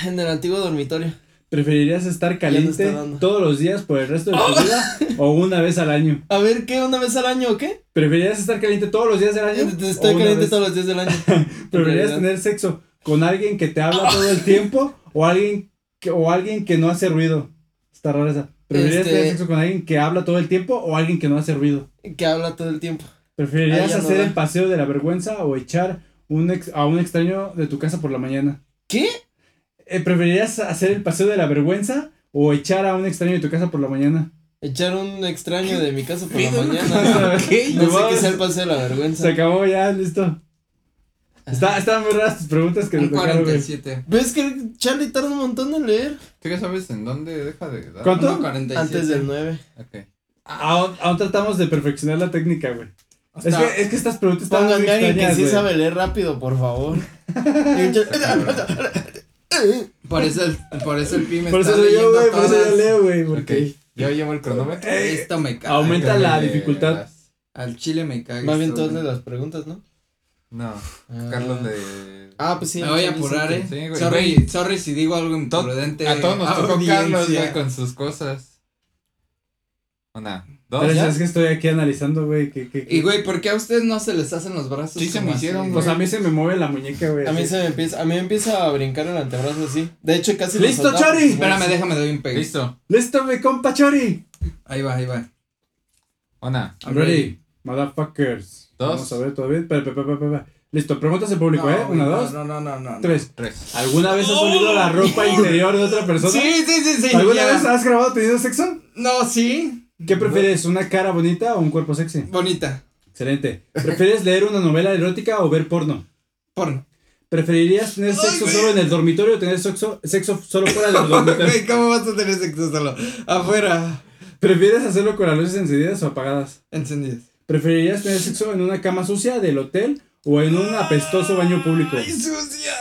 D: En el antiguo dormitorio.
A: ¿Preferirías estar
D: no
A: caliente
D: está dando.
A: todos los días por el resto de tu vida o una vez al año?
D: A ver, ¿qué? ¿Una vez al año o qué?
A: ¿Preferirías estar caliente todos los días del año?
D: Eh,
A: o
D: Estoy
A: una
D: caliente
A: vez?
D: todos los días del año.
A: ¿Preferirías
D: En realidad.
A: tener sexo con alguien que te habla todo el tiempo o alguien que, o alguien que no hace ruido? Está rara esa. ¿Preferirías
D: Este-
A: tener sexo con alguien que habla todo el tiempo o alguien que no hace ruido?
D: Que habla todo el tiempo. Ah,
A: ¿Preferirías
D: ya no
A: hacer
D: da.
A: el paseo de la vergüenza o echar un ex- a un extraño de tu casa por la mañana?
D: ¿Qué?
A: Eh, ¿Preferirías hacer el paseo de la vergüenza o echar a un extraño de tu casa por la mañana?
D: Echar un extraño de mi casa por la
B: Pido una
D: mañana.
A: ¿Qué?
D: No sé qué sea el pase de la vergüenza.
A: Se acabó ya, listo.
D: Ah.
A: Está, están muy raras tus preguntas que
B: Un
A: nos dejaron, güey.
B: 47.
D: ¿Ves que Charlie tarda un montón en leer?
C: ¿Tú ya sabes en dónde deja de dar?
A: ¿Cuánto?
B: Un 47.
D: Antes del 9.
C: Ok.
A: Aún, aún tratamos de perfeccionar la técnica, güey. Es
B: Está-
A: que, es que estas preguntas están muy
D: Pónganme a alguien que
A: extrañas,
D: sí
A: güey.
D: sabe leer rápido, por favor.
B: Por eso el, por eso el PIB me
A: Por eso
B: está
A: soy yo,
B: leyendo
A: güey, por eso
B: todas.
A: yo leo, güey,
C: Ok.
A: porque...
C: Yo llevo el cronómetro.
B: Esto me caga.
A: Aumenta.
C: Ay,
A: la
C: que me-
A: dificultad.
C: las-
B: Al chile me caga.
D: Más bien
B: esto,
D: todas
B: güey.
D: las preguntas, ¿no?
C: No,
D: Ah.
C: Carlos de.
D: Ah, pues sí.
B: Me voy a
D: Charlie sí.
B: apurar, eh.
C: Sí, güey.
B: sorry,
C: Güey.
B: sorry si digo algo
C: To-
B: imprudente.
C: a todos nos tocó
B: audiencia.
C: Carlos, güey, con sus cosas. Una, dos.
A: Pero
C: ya.
A: es que estoy aquí analizando, güey, que, que, que-
B: Y güey, ¿por qué a ustedes no se les hacen los brazos?
C: Sí se
B: como
C: me hicieron,
B: así,
C: güey.
A: Pues a mí se me mueve la muñeca, güey.
D: A mí
A: así.
D: se me empieza, a mí me empieza a brincar el antebrazo así. De hecho, casi
A: ¡Listo,
D: soltaba,
A: Chori!
D: pues,
B: Espérame, déjame doy un pegue.
C: Listo.
A: ¡Listo, mi compa Chori!
B: Ahí va, ahí va.
C: Una.
A: I'm ready, motherfuckers.
C: Dos.
A: Vamos a ver todavía. Espera, espera, espera, espera. Listo, preguntas al público,
B: No,
A: ¿eh? Una,
B: güey,
A: dos,
B: No, no, no, no. no.
A: tres.
C: Tres.
A: ¿Alguna vez has olido la ropa interior de otra persona?
B: Sí, sí, sí, sí.
A: ¿Alguna
B: ya.
A: vez has grabado teniendo sexo?
B: No, sí.
A: ¿Qué prefieres, una cara bonita o un cuerpo sexy?
B: Bonita.
A: Excelente. ¿Prefieres leer una novela erótica o ver porno?
B: Porno.
A: ¿Preferirías tener sexo solo en el dormitorio o tener sexo, sexo solo fuera del dormitorio?
B: Güey, ¿cómo vas a tener sexo solo? Afuera.
A: ¿Prefieres hacerlo con las luces encendidas o apagadas?
B: Encendidas.
A: ¿Preferirías tener sexo en una cama sucia del hotel o en un apestoso baño público?
B: ¡Ay, sucia!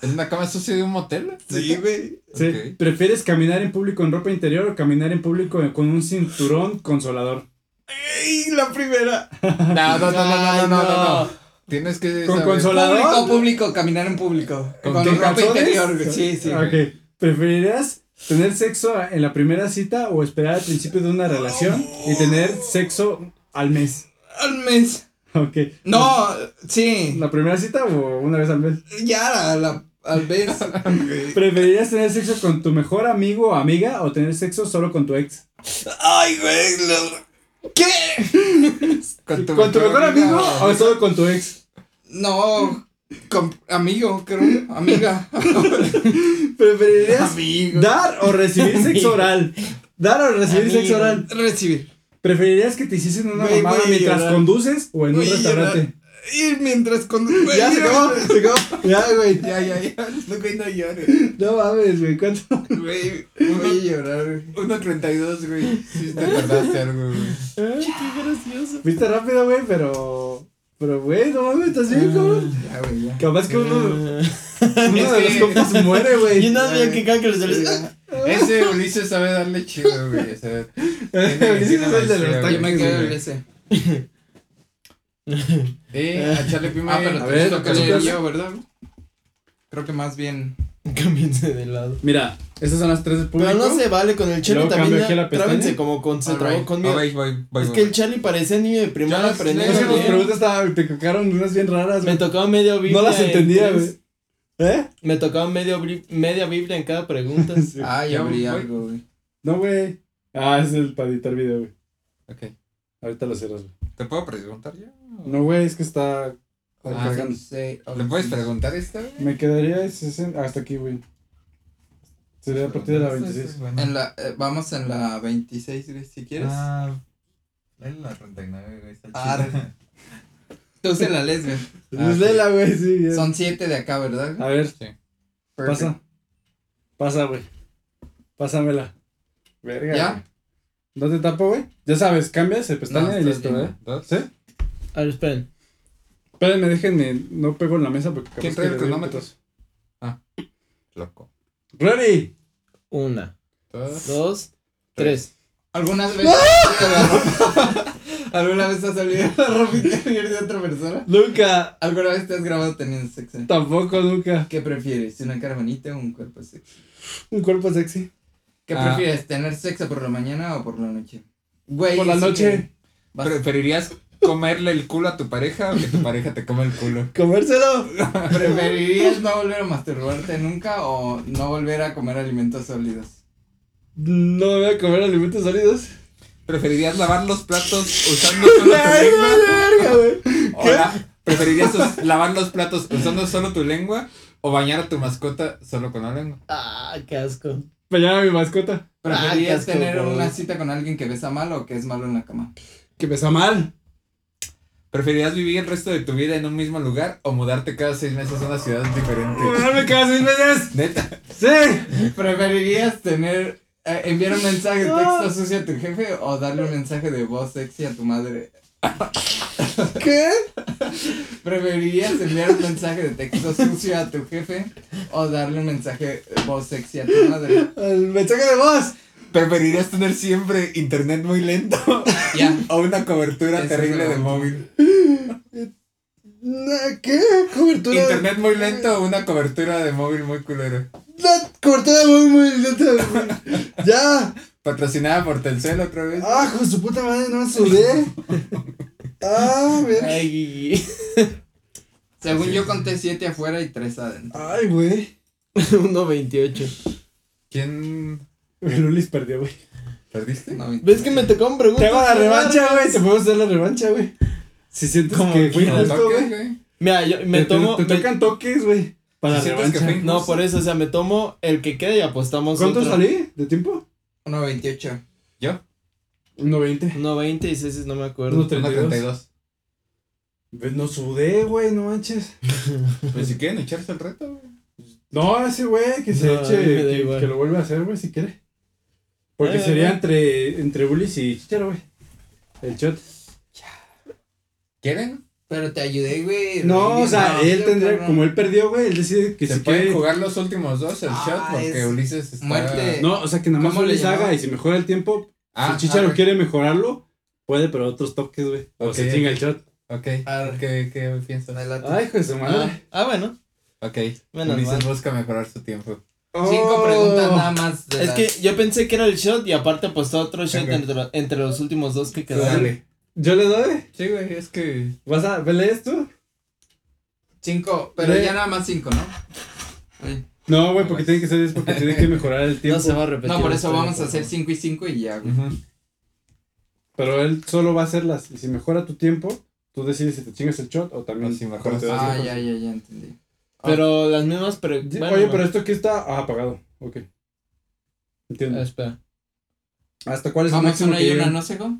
C: ¿En una cama sucia de un motel?
B: Sí, güey.
A: Sí.
C: Ok.
A: ¿Prefieres caminar en público en ropa interior o caminar en público con un cinturón consolador?
B: ¡Ey! La primera.
C: No, no, no, no, no, no, no, no,
D: Ay,
C: Tienes que
A: Con
C: saber.
A: consola-
B: Público,
A: ¿Volador?
B: público, caminar en público.
C: ¿Con
B: Con,
C: qué
B: ropa
A: calzones?
B: interior, güey. Sí, sí. güey.
A: Ok. ¿Preferirías tener sexo en la primera cita o esperar al principio de una relación y tener sexo al mes?
B: Al mes.
A: Ok.
B: No, sí.
A: ¿La primera cita o una vez al mes?
B: Ya, la, la- al mes. güey.
A: ¿Preferirías tener sexo con tu mejor amigo o amiga o tener sexo solo con tu ex?
B: Ay, güey. lo- ¿Qué?
A: ¿Con tu, mejor amigo o solo con tu ex?
B: No. con- amigo, creo. Amiga.
A: ¿Preferirías
B: Amigo.
A: dar o recibir sexo oral? ¿Dar o recibir
D: Amigo.
A: sexo oral?
B: Recibir.
A: ¿Preferirías que te hiciesen una
B: Güey,
A: mamada
B: voy a
A: mientras
B: llorar.
A: conduces o en un
B: Voy a
A: restaurante?
B: Y mientras con. güey,
A: Ya se
B: mira,
A: acabó, se acabó. Ya, güey.
C: Ya, ya, ya. No, güey, no llores.
A: No mames, güey. ¿Cuánto?
B: Güey, voy a llorar, güey.
C: 1.32, güey. Sí, te acordaste algo, güey.
D: qué gracioso.
A: Fuiste rápido, güey, pero. Pero, güey, no mames, estás
B: Ah.
A: bien, cabrón.
B: Ya, güey, ya.
A: Capaz que uno,
D: Ah,
A: uno de
C: Es
A: los
C: que-
A: compas muere,
D: Y
A: güey.
D: una vez que cada que les
C: Ese Ulises sabe darle chido, güey. O sea, tiene-
A: Ulises
C: tiene
A: es el de los tacos.
C: maestría, güey.
B: Yo me quedo
A: güey.
B: en ese.
C: Eh, a Charlie Pima.
B: Ah, pero
A: a
B: a
A: ver,
B: ver, lo que
A: ¿tú
B: le
A: crees?
B: dio, ¿verdad? Creo que más bien.
D: Cámbiense de lado.
A: Mira, esas son las tres del público.
D: Pero no se vale con el Charlie
A: Luego cambio
D: también.
A: aquí la
D: la-
A: pestaña.
D: Trábense como con, se trabó
B: Alright,
D: conmigo.
B: alright, voy, voy,
D: es
B: voy.
D: que el Charlie parecía niño de primaria
C: las
D: aprendiendo
A: Es que
C: tres,
A: tus
D: bien.
A: preguntas estaban, te tocaron unas bien raras,
D: Me
A: güey.
D: tocaba media biblia.
A: No las
D: en
A: entendía,
D: tres.
A: güey. ¿Eh?
D: Me tocaba medio bri- media biblia en cada pregunta.
B: Ay,
C: Ya,
B: Ah, abrí
C: güey.
B: algo, güey.
A: No, güey. Ah, es el para editar video, güey.
C: Ok.
A: Ahorita lo cierras, güey.
C: ¿Te puedo preguntar ya?
A: No, güey, es que está.
B: Ah,
A: cargando.
B: sí.
C: ¿Le puedes preguntar esta?
A: Me quedaría sesen- hasta aquí, güey. Sería a partir de la 26.
B: En la, eh, vamos en la 26, güey, si quieres.
C: Ah, en la 39, güey. Está
B: Arre.
C: chida.
B: Tú se la lees, güey.
A: Pues léela, güey, sí. ya.
B: Son siete de acá, ¿verdad?
A: A ver,
B: Perfect.
A: Ah, pasa. Pasa, güey. Pásamela. Verga.
B: ¿Ya?
A: güey. ¿No te tapo, güey? Ya sabes, cambias el pestaña
B: No,
A: y
B: está
A: listo,
B: bien.
A: ¿eh?
C: Dos.
A: ¿Sí?
D: A ver, esperen.
A: Espérenme, déjenme. No pego en la mesa porque
C: ¿Quién
A: capaz
C: trae
A: que le
C: el
A: doy un
C: cronómetro?
A: putazo.
C: Loco.
A: ¡Ready!
D: Una,
C: Dos.
D: dos, tres.
B: ¿Algunas veces ¿Alguna vez has salido la ropa interior de otra persona?
A: Nunca,
B: ¿Alguna vez te has grabado teniendo sexo?
A: tampoco nunca.
B: ¿Qué prefieres? ¿Una cara bonita o un cuerpo sexy?
A: Un cuerpo sexy.
B: ¿Qué
C: Ah.
B: prefieres? ¿Tener sexo por la mañana o por la noche? Güey,
A: Por la
B: eso
A: noche.
B: que- vas-
C: ¿Preferirías comerle el culo a tu pareja o que tu pareja te coma el culo?
A: Comérselo.
B: ¿Preferirías no volver a masturbarte nunca o no volver a comer alimentos sólidos?
A: No me voy a comer alimentos sólidos.
C: ¿Preferirías lavar los platos usando solo tu lengua?
A: verga, güey.
C: O la- ¿Preferirías us- lavar los platos usando solo tu lengua o bañar a tu mascota solo con la lengua?
D: Ah, qué asco.
A: Mañana mi mascota.
B: ¿Preferirías
D: asco,
B: tener
D: güey.
B: una cita con alguien que besa mal o que es malo en la cama?
A: Que pesa mal.
C: ¿Preferirías vivir el resto de tu vida en un mismo lugar o mudarte cada seis meses a una ciudad diferente?
A: ¡Mudarme cada seis meses!
C: Neta.
A: ¡Sí!
B: ¿Preferirías tener eh, enviar un mensaje de texto sucio a tu jefe o darle un mensaje de voz sexy a tu madre?
A: ¿Qué?
B: ¿Preferirías enviar un mensaje de texto sucio a tu jefe o darle un mensaje de voz sexy a tu madre?
A: El mensaje de voz.
C: ¿Preferirías tener siempre internet muy lento
B: Ya.
C: o una cobertura
B: Eso es
C: terrible
B: lo
C: de
B: último.
C: móvil?
A: Na- ¿Qué? Cobertura.
C: ¿Internet muy lento o una cobertura de móvil muy culera?
A: La cobertura muy, muy lenta, güey. ¡Ya!
C: Patrocinada por Telcel otra vez.
A: ¡Ah, con su puta madre! No me sudé. ¡Ah, verga!
D: Ay,
B: Según yo conté siete afuera y tres adentro.
A: ¡Ay, güey!
D: 1.28.
C: ¿Quién
A: Lulis perdió, güey.
C: perdiste?
B: No,
D: ¿Ves que me tocaban preguntas?
A: Te hago la
D: bien
A: revancha,
D: largas?
A: güey. Te podemos hacer la revancha, güey. Si sientes
D: Como
A: que fue
D: quieras.
C: ¿Al
A: injusto,
C: toque,
A: güey.
C: güey?
D: Mira, yo me
A: Te- te-
D: tomo.
A: Te,
D: me-
A: tocan toques, güey. Para la
C: Si sientes que
A: revancha.
C: fue
D: no, por eso, o sea, me tomo el que quede y apostamos.
A: ¿Cuánto
D: otro.
A: salí de tiempo?
B: 1.28.
C: ¿Yo?
A: 1.20.
D: 1.20 y 6, no me acuerdo.
A: Uno
C: Una
A: 32.
C: 32.
A: Pues No sudé, güey, no manches.
C: Pues si quieren echarse el reto, güey.
A: No, ese güey que se
D: No,
A: eche,
D: a mí me da
A: que,
D: igual.
A: que lo vuelva a hacer, güey, si quiere. Porque
D: Eh,
A: sería
D: güey.
A: entre, entre Bullies y Chicharo, güey. El shot.
C: ¿Quieren?
B: Pero te ayudé, güey.
A: No, o sea,
B: No,
A: él
B: yo,
A: tendría,
B: cabrón.
A: como él perdió, güey, él decide que
C: Se
A: si
C: pueden
A: quiere.
C: jugar los últimos dos, el
B: Ah,
C: shot, porque
B: es
C: Ulises está...
B: muerte.
A: No, o sea, que nada más
B: ¿Cómo
A: le
B: le
A: haga
B: llamaba?
A: y si mejora el tiempo, pues,
C: Ah,
A: si Chicharo
C: ah,
A: quiere mejorarlo, puede, pero otros toques, güey. O
C: Ok,
A: se chinga
C: ok.
A: el shot.
C: Ok,
B: Arre.
C: ¿qué, qué piensas?
B: Me late.
A: Ay, hijo de su
D: Ah,
A: madre.
D: ah, bueno.
C: Ok,
D: Menos
C: Ulises
D: mal.
C: busca mejorar su tiempo.
B: Cinco
A: Oh.
B: preguntas nada más. de
D: Es
B: las-
D: que yo pensé que era el shot y aparte apostó otro shot
C: Venga.
D: entre, entre los últimos dos que quedaron.
C: Dale.
A: Yo le doy.
C: Sí, güey, es que...
A: ¿Vas a peleas tú?
B: Cinco, pero
A: De-
B: ya nada más cinco, ¿no? Ay.
A: No, güey, porque tiene que ser 10 porque tiene que mejorar el tiempo.
D: No se va a repetir.
B: No, por eso
D: esto,
B: vamos a
D: por
B: hacer
D: favor.
B: cinco y cinco y ya, güey.
A: Pero él solo va a hacerlas. Y si mejora tu tiempo, tú decides si te chingas el shot o también.
C: O si mejoras
A: te
C: tu-
A: das
B: Ah,
A: el-
B: ya, ya, ya entendí.
C: Ah.
D: Pero las mismas pero
A: Di-
D: bueno,
A: Oye,
D: bueno.
A: pero esto aquí está ah, apagado. Ok. Entiendo.
D: Ah, Espera.
A: ¿Hasta cuál es el
B: Vamos
A: máximo
B: una
A: que
B: y una,
A: llegan?
B: ¿no, Seco?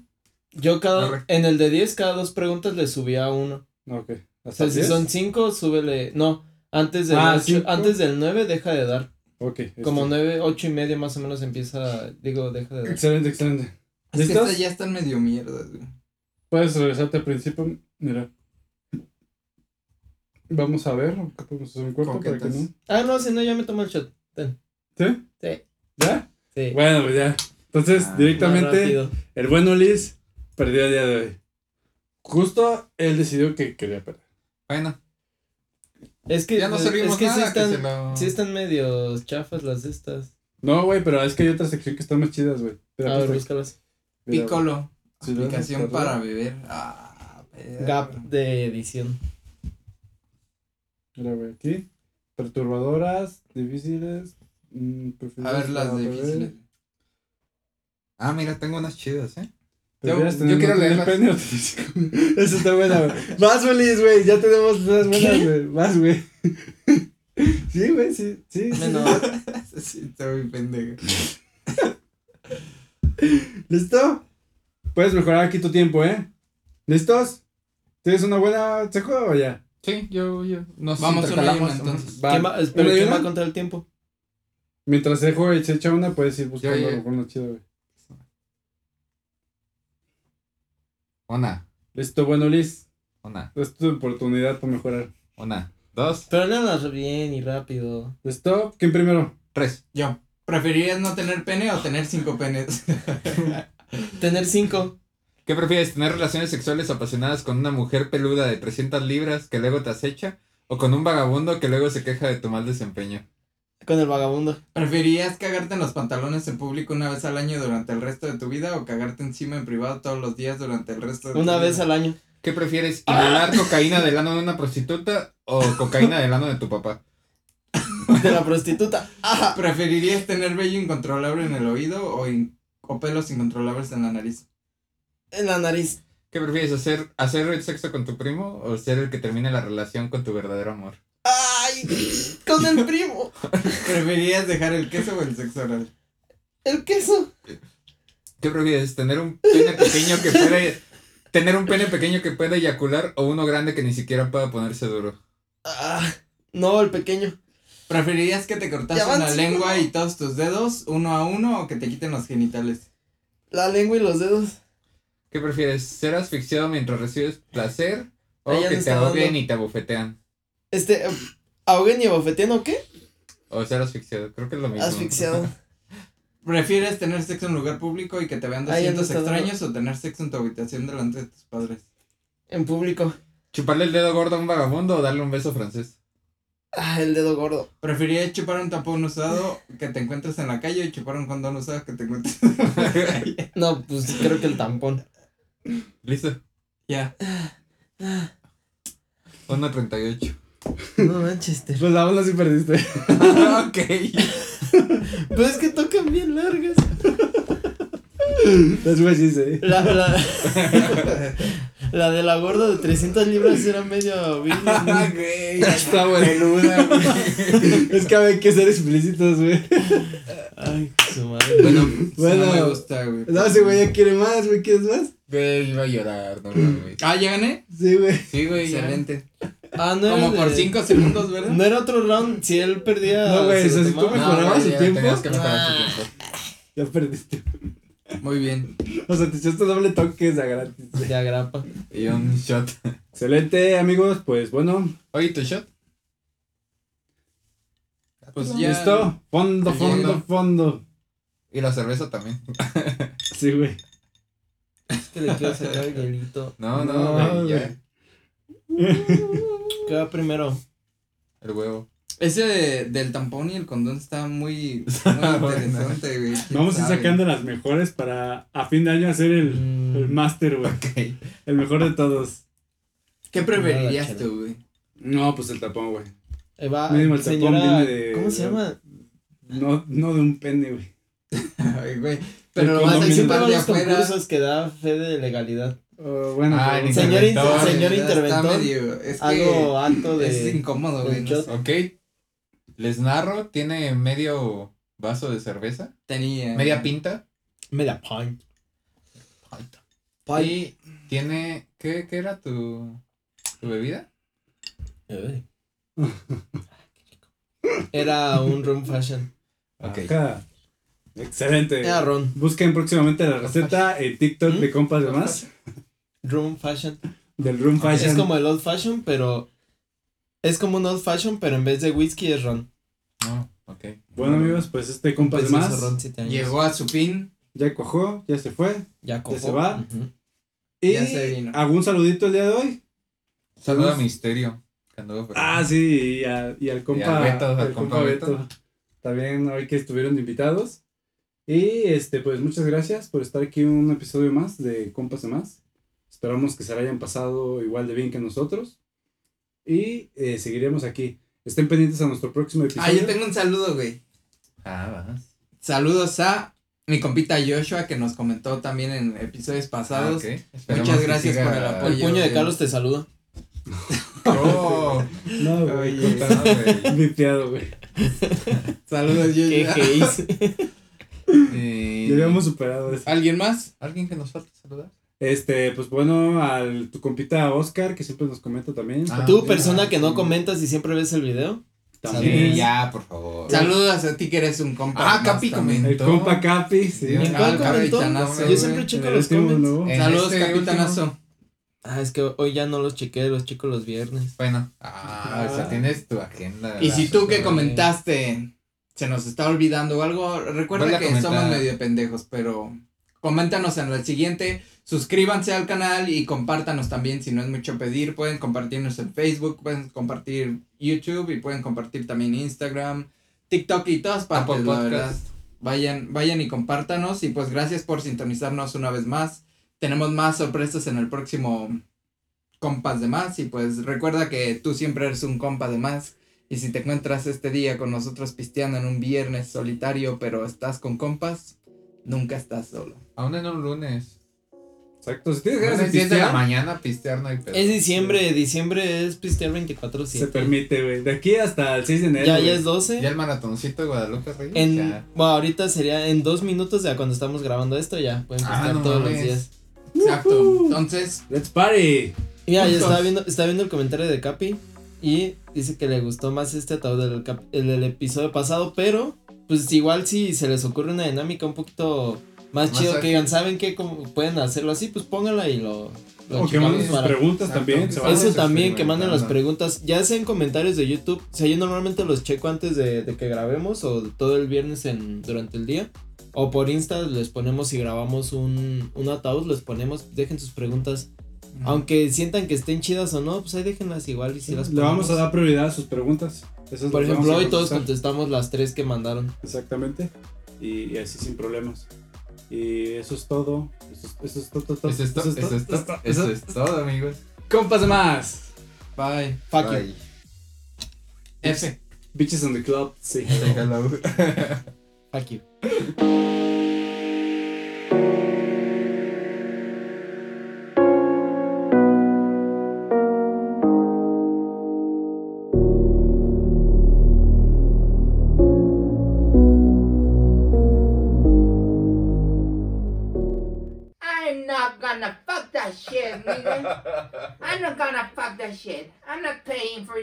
D: Yo cada.
C: Correcto.
D: En el de 10, cada dos preguntas le subía uno.
A: No, ok.
D: O sea,
A: ¿Hasta
D: si
A: 10?
D: son 5, súbele. No, antes del,
A: Ah,
D: ocho-
A: cinco.
D: antes del 9 deja de dar.
A: Ok. este.
D: Como 9, 8 y media más o menos empieza. Digo, deja de dar.
A: Excelente, excelente.
B: Es que
A: ¿Listos?
B: estas ya están medio mierdas, güey.
A: Puedes regresarte al principio. Mira. Vamos a ver. ¿qué podemos hacer un cuerpo para que no?
C: Coquetas.
D: Ah, no, si no, ya me tomo el shot. Ten.
A: ¿Sí?
D: Sí.
A: ¿Ya?
D: Sí.
A: Bueno, pues ya. Entonces,
C: Ah,
D: Más
A: directamente.
D: rápido.
A: El buen Ulis perdió el día de hoy. Justo él decidió que quería perder.
C: Bueno,
D: Es que.
C: ya no servimos
D: es que
C: nada,
D: sí
C: que
D: están.
C: se lo-
D: Sí están medio chafas las de estas.
A: No, güey, pero es que hay otra sección que están más chidas, güey. Espera,
D: A ver,
A: pues,
D: búscalas.
A: mira, güey.
B: Piccolo,
A: Sí, lo
B: aplicación
A: vamos a
B: para
A: tardar.
B: beber. Ah, perro.
D: Gap de edición.
A: Mira, güey, aquí. Perturbadoras, difíciles. mm, preferidas
B: A ver las
A: para beber.
B: difíciles.
C: Ah, mira, tengo unas chidas, ¿eh?
A: ¿Prefieres
C: Yo-
A: tener
C: yo quiero
A: un pene
C: leerlas.
A: pene o tener- Eso está buena, güey. Vas, Ulis, güey. Ya tenemos unas buenas, güey. Vas, güey. Sí, güey, sí, sí. sí.
D: Menos.
B: sí, está muy pendejo.
A: ¿Listo? Puedes mejorar aquí tu tiempo, ¿eh? ¿Listos? ¿Tienes una buena seco o ya?
C: Sí, yo, yo. Nos
B: Vamos una y una,
C: intercalamos,
B: entonces.
A: Va.
D: ¿Quién va, espera,
A: ¿Una y
D: ¿quién
A: una?
D: va a contar el tiempo?
A: Mientras Sejo se echa una, puedes ir buscando
C: Ya, ya.
A: a lo mejor una chida, güey.
C: Una,
A: Listo, bueno, Liz.
C: una,
A: Es tu oportunidad para mejorar.
C: una, dos,
D: Pero léalas bien y rápido.
A: ¿Listo? ¿Quién primero?
C: tres.
B: Yo, ¿preferirías no tener pene o tener cinco penes?
D: Tener 5.
C: ¿Qué prefieres, tener relaciones sexuales apasionadas con una mujer peluda de 300 libras que luego te acecha o con un vagabundo que luego se queja de tu mal desempeño?
D: Con el vagabundo.
B: ¿Preferirías cagarte en los pantalones en público una vez al año durante el resto de tu vida o cagarte encima en privado todos los días durante el resto de tu
D: Una
B: vida?
D: vez al año.
C: ¿Qué prefieres,
D: Ah.
C: inhalar cocaína del ano de una prostituta o cocaína del ano de tu papá?
D: De la prostituta.
B: ¿Preferirías tener vello incontrolable en el oído o, in- o pelos incontrolables en la nariz?
D: En la nariz.
C: ¿Qué prefieres, hacer, hacer el sexo con tu primo o ser el que termine la relación con tu verdadero amor?
D: ¡Ay! Con el primo.
B: ¿Preferirías dejar el queso o el sexo oral?
D: El queso.
C: ¿Qué prefieres? ¿Tener un pene pequeño que pueda e-, tener un pene pequeño que pueda eyacular o uno grande que ni siquiera pueda ponerse duro?
D: Ah, no, el pequeño.
B: ¿Preferirías que te cortasen
D: Ya van
B: la
D: cinco.
B: lengua y todos tus dedos uno a uno o que te quiten los genitales?
D: La lengua y los dedos.
C: ¿Qué prefieres? ¿Ser asfixiado mientras recibes placer o
D: Ah, ya
C: que
D: no
C: te
D: está dando.
C: ahoguen y te abofetean?
D: Este. ¿Ahoguen y abofetean o qué?
C: O ser asfixiado, creo que es lo mismo.
D: Asfixiado.
B: ¿Prefieres tener sexo en lugar público y que te vean
D: Ahí
B: 200
D: ando todo.
B: extraños o tener sexo en tu habitación delante de tus padres?
D: En público.
C: ¿Chuparle el dedo gordo a un vagabundo o darle un beso francés?
D: Ah, el dedo gordo.
B: ¿Preferirías chupar un tampón usado que te encuentres en la calle o chupar un condón usado que te encuentres en la calle?
D: No, pues creo que el tampón.
C: Listo,
B: Ya.
C: 1.38.
D: No manches, te-
A: Pues la onda sí perdiste.
C: ok.
D: Pero es que tocan bien largas.
A: Las güey sí se.
D: La, la, la de la gorda de 300 libras era medio vil.
A: Está buena. es que hay que ser explícitos, güey.
D: Ay, su madre.
B: Bueno,
A: Bueno.
B: no me gusta, güey.
A: No, ese güey ya quiere más, güey. ¿Quieres más?
C: Güey, iba a llorar, no mames.
B: Ah, ¿ya gané?
A: Sí, güey.
C: Sí, güey, ya.
B: Excelente.
D: Ah, no era
B: Como por
D: de-
B: 5 segundos, ¿verdad?
D: No era otro round. Si él perdía.
A: No, güey,
D: se lo
A: o sea, si tú
D: tomaba.
A: me-
C: No,
A: ¿Mejoraba
C: güey,
A: su
C: ya
A: tiempo?
C: Tenías que mejorar
D: Ah.
C: su tiempo.
A: Ya perdiste.
B: Muy bien.
A: O sea, te echaste doble toque, es a gratis.
D: De agrapa.
C: Y un shot.
A: Sí, Excelente, amigos. Pues bueno,
C: Oye, ¿tu shot?
B: Pues ya.
A: listo. Fondo,
C: Ya.
A: fondo, fondo.
C: Y la cerveza también.
A: Sí, güey.
D: Es que le quiero sacar el hielito.
C: No, no,
A: No,
C: güey, ya.
A: güey.
D: ¿Qué va primero?
C: El huevo.
B: Ese de- del tampón y el condón está muy, muy interesante, güey. ¿Quién
A: Vamos a ir
B: sabe?
A: sacando las mejores para a fin de año hacer el, el
D: Mm,
A: máster, güey.
C: Ok.
A: El mejor de todos.
B: ¿Qué preferirías
D: Nada,
B: tú, güey?
A: No, pues el tapón, güey.
D: ahí va,
A: Mínimo el tapón
D: señora.
A: viene de-
D: ¿Cómo se llama?
A: No, no de un pene, güey.
B: Ay, güey. Pero lo
A: condón
B: vas a
A: viene
D: Siempre
B: chupar
D: van
B: de
D: los
B: afuera.
D: concursos que da fe de legalidad.
A: Oh, bueno,
C: Ah,
A: pero-
C: ni se-
D: Señor,
C: Interventor.
D: inter- señor
B: Está
D: interventor,
B: medio- es que
D: hago acto de...
B: es incómodo, güey.
D: del
B: no
D: shot.
B: sé.
C: Ok. Les narro, tiene medio vaso de cerveza,
B: Tenía.
C: media pinta.
D: Media pint.
C: Y tiene. ¿Qué, qué era tu, tu bebida?
D: Ey. Era un rum fashion.
C: Ok.
A: Acá. Excelente.
D: Era ron.
A: Busquen próximamente la receta en TikTok de compas de más.
D: Rum fashion.
A: Del Room Fashion.
D: Es como el old fashion, pero. Es como un old fashion, pero en vez de whisky es ron.
C: No, ok.
A: Bueno, amigos, pues este compas de
D: Pues hizo
A: más
D: ron siete años.
B: Llegó a su fin.
A: ya cojó, ya se fue.
D: Ya cojó.
A: se va.
D: Ujú.
A: Y
B: Ya se vino.
A: algún saludito el día de hoy.
C: Saludo a
A: Saludos.
C: Misterio. que anduvo por
A: Ah,
C: ahí.
A: sí, y, a- y al compa,
C: Pues, al Beto, al
A: al compa
C: compa
A: Beto. También hoy que estuvieron de invitados. Y este, pues muchas gracias por estar aquí en un episodio más de Compas de Más. Esperamos que se la hayan pasado igual de bien que nosotros. Y eh, seguiremos aquí. Estén pendientes a nuestro próximo episodio.
B: Ah, yo tengo un saludo, güey.
C: Ah, vas.
B: Saludos a mi compita Joshua que nos comentó también en episodios
C: Ah,
B: pasados.
C: ok. Esperemos
B: Muchas
C: que
B: gracias
C: siga-
B: por el
D: El
B: apoyo.
D: puño de
B: güey.
D: Carlos te saluda.
C: Oh,
A: No,
C: ay,
A: güey.
C: puta, no, güey.
A: Vipiado, güey.
B: Saludos,
D: ¿Qué,
B: Joshua.
D: qué hice?
C: Y-
A: Ya habíamos superado eso.
B: ¿Alguien más?
C: ¿Alguien que nos falta saludar?
A: Este, pues bueno, al tu compita Oscar, que siempre nos comenta también.
C: Ah,
D: Tú,
C: mira,
D: persona que no
C: sí.
D: comentas y siempre ves el video.
A: también.
C: Sí, ya, por favor.
B: Saludos a ti que eres un compa.
C: Ah,
B: más
C: Capi
B: también.
A: El
C: Entonces-
A: compa Capi, sí.
C: Dios.
D: ¿En cuál
B: Ah,
D: comentó?
B: capitanazo,
D: Yo
B: güey.
D: siempre
A: En
D: checo
A: el
D: los
A: último,
D: comments. Eh,
A: ¿no?
C: En
B: Saludos,
C: este
B: capitanazo.
D: Ah, es que hoy ya no los chequé, los checo los viernes.
C: Bueno, ah, o sea, tienes tu agenda.
B: Y si tú que
C: Súper-
B: comentaste se nos está olvidando o algo,
C: Vuelve
B: recuerda
C: a
B: que
C: comentar.
B: somos medio pendejos, pero coméntanos en el siguiente, suscríbanse al canal y compártanos también si no es mucho pedir, pueden compartirnos en Facebook, pueden compartir YouTube y pueden compartir también Instagram, TikTok y todas partes,
C: Apple
B: la verdad.
C: Ah, pues, Podcast.
B: Vayan, vayan y compártanos y pues gracias por sintonizarnos una vez más. Tenemos más sorpresas en el próximo compas de más y pues recuerda que tú siempre eres un compa de más y si te encuentras este día con nosotros pisteando en un viernes solitario pero estás con compas, nunca estás solo.
C: Aún en un lunes.
A: Exacto, si tienes ganas de
C: Lunes 10 de la
A: pistear,
C: mañana, pistear no hay pedo.
D: Es diciembre, diciembre es pistear 24-7.
A: se permite, güey. De aquí hasta el 6 de enero.
D: Ya,
A: güey.
D: ya es 12.
C: Ya el maratoncito de Guadalupe Reyes.
D: En,
C: ya.
D: bueno, ahorita sería en dos minutos ya cuando estamos grabando esto ya pueden
C: Ah,
D: pistear
C: no
D: todos
C: mames.
D: los días.
B: Exacto.
A: Ujú.
B: Entonces,
A: Let's party.
D: Mira, ya
B: Juntos.
D: estaba viendo, estaba viendo el comentario de Capi y dice que le gustó más este ataúd del, cap- el del episodio pasado, pero pues igual si se les ocurre una dinámica un poquito más,
C: Más
D: chido
C: ágil.
D: que digan, ¿saben qué? Como pueden hacerlo así, pues póngala y lo... lo
A: O que
D: checamos
A: manden Oh, sus
D: para-
A: preguntas
C: Exacto.
A: también. se vale.
C: Vamos
D: Eso también, que manden las
C: experimentando.
D: preguntas, ya sea en comentarios de YouTube. O sea, yo normalmente los checo antes de, de que grabemos o todo el viernes en, durante el día. O por Insta les ponemos, si grabamos un, un ataúd, les ponemos, dejen sus preguntas. Aunque sientan que estén chidas o no, pues ahí déjenlas igual y si las
A: Le vamos
D: ponemos.
A: a dar prioridad a sus preguntas. Esas
D: Por
A: las vamos
D: ejemplo,
A: a
D: hoy todos
A: contestar.
D: contestamos las tres que mandaron.
A: Exactamente. Y, y así sin problemas. Y eso es todo. Eso, es- eso es todo. todo, todo.
C: Eso es todo, eso es todo, eso es todo, amigos.
A: Compas de más.
B: bye.
D: Fuck you.
C: Bye.
B: F.
A: Bitches on the club. Sí.
C: Hello.
D: Fuck you.
E: I'm not gonna fuck that shit, nigga. I'm not gonna fuck that shit. I'm not paying for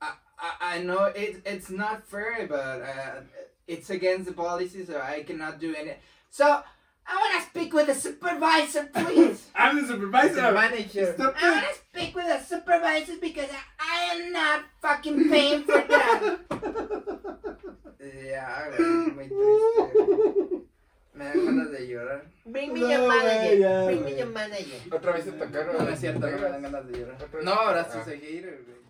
B: Ah, I, I, I know it, it's not fair, but uh, it's against the policy, so I cannot do any.
E: So, I want to speak with the supervisor, please.
A: I'm the
B: The
A: supervisor.
B: manager.
A: Stop
E: I want to speak with the supervisor because I, I am not fucking paying for that.
B: Ya, güey, muy triste. güey. Me da ganas de llorar.
E: Bring me
A: No,
E: your manager.
A: güey, ya,
E: Bring me
A: güey.
E: your manager.
C: Otra vez se tocaron.
B: No, no es cierto, güey, me dan ganas de llorar. No, ahora sí se gira, güey.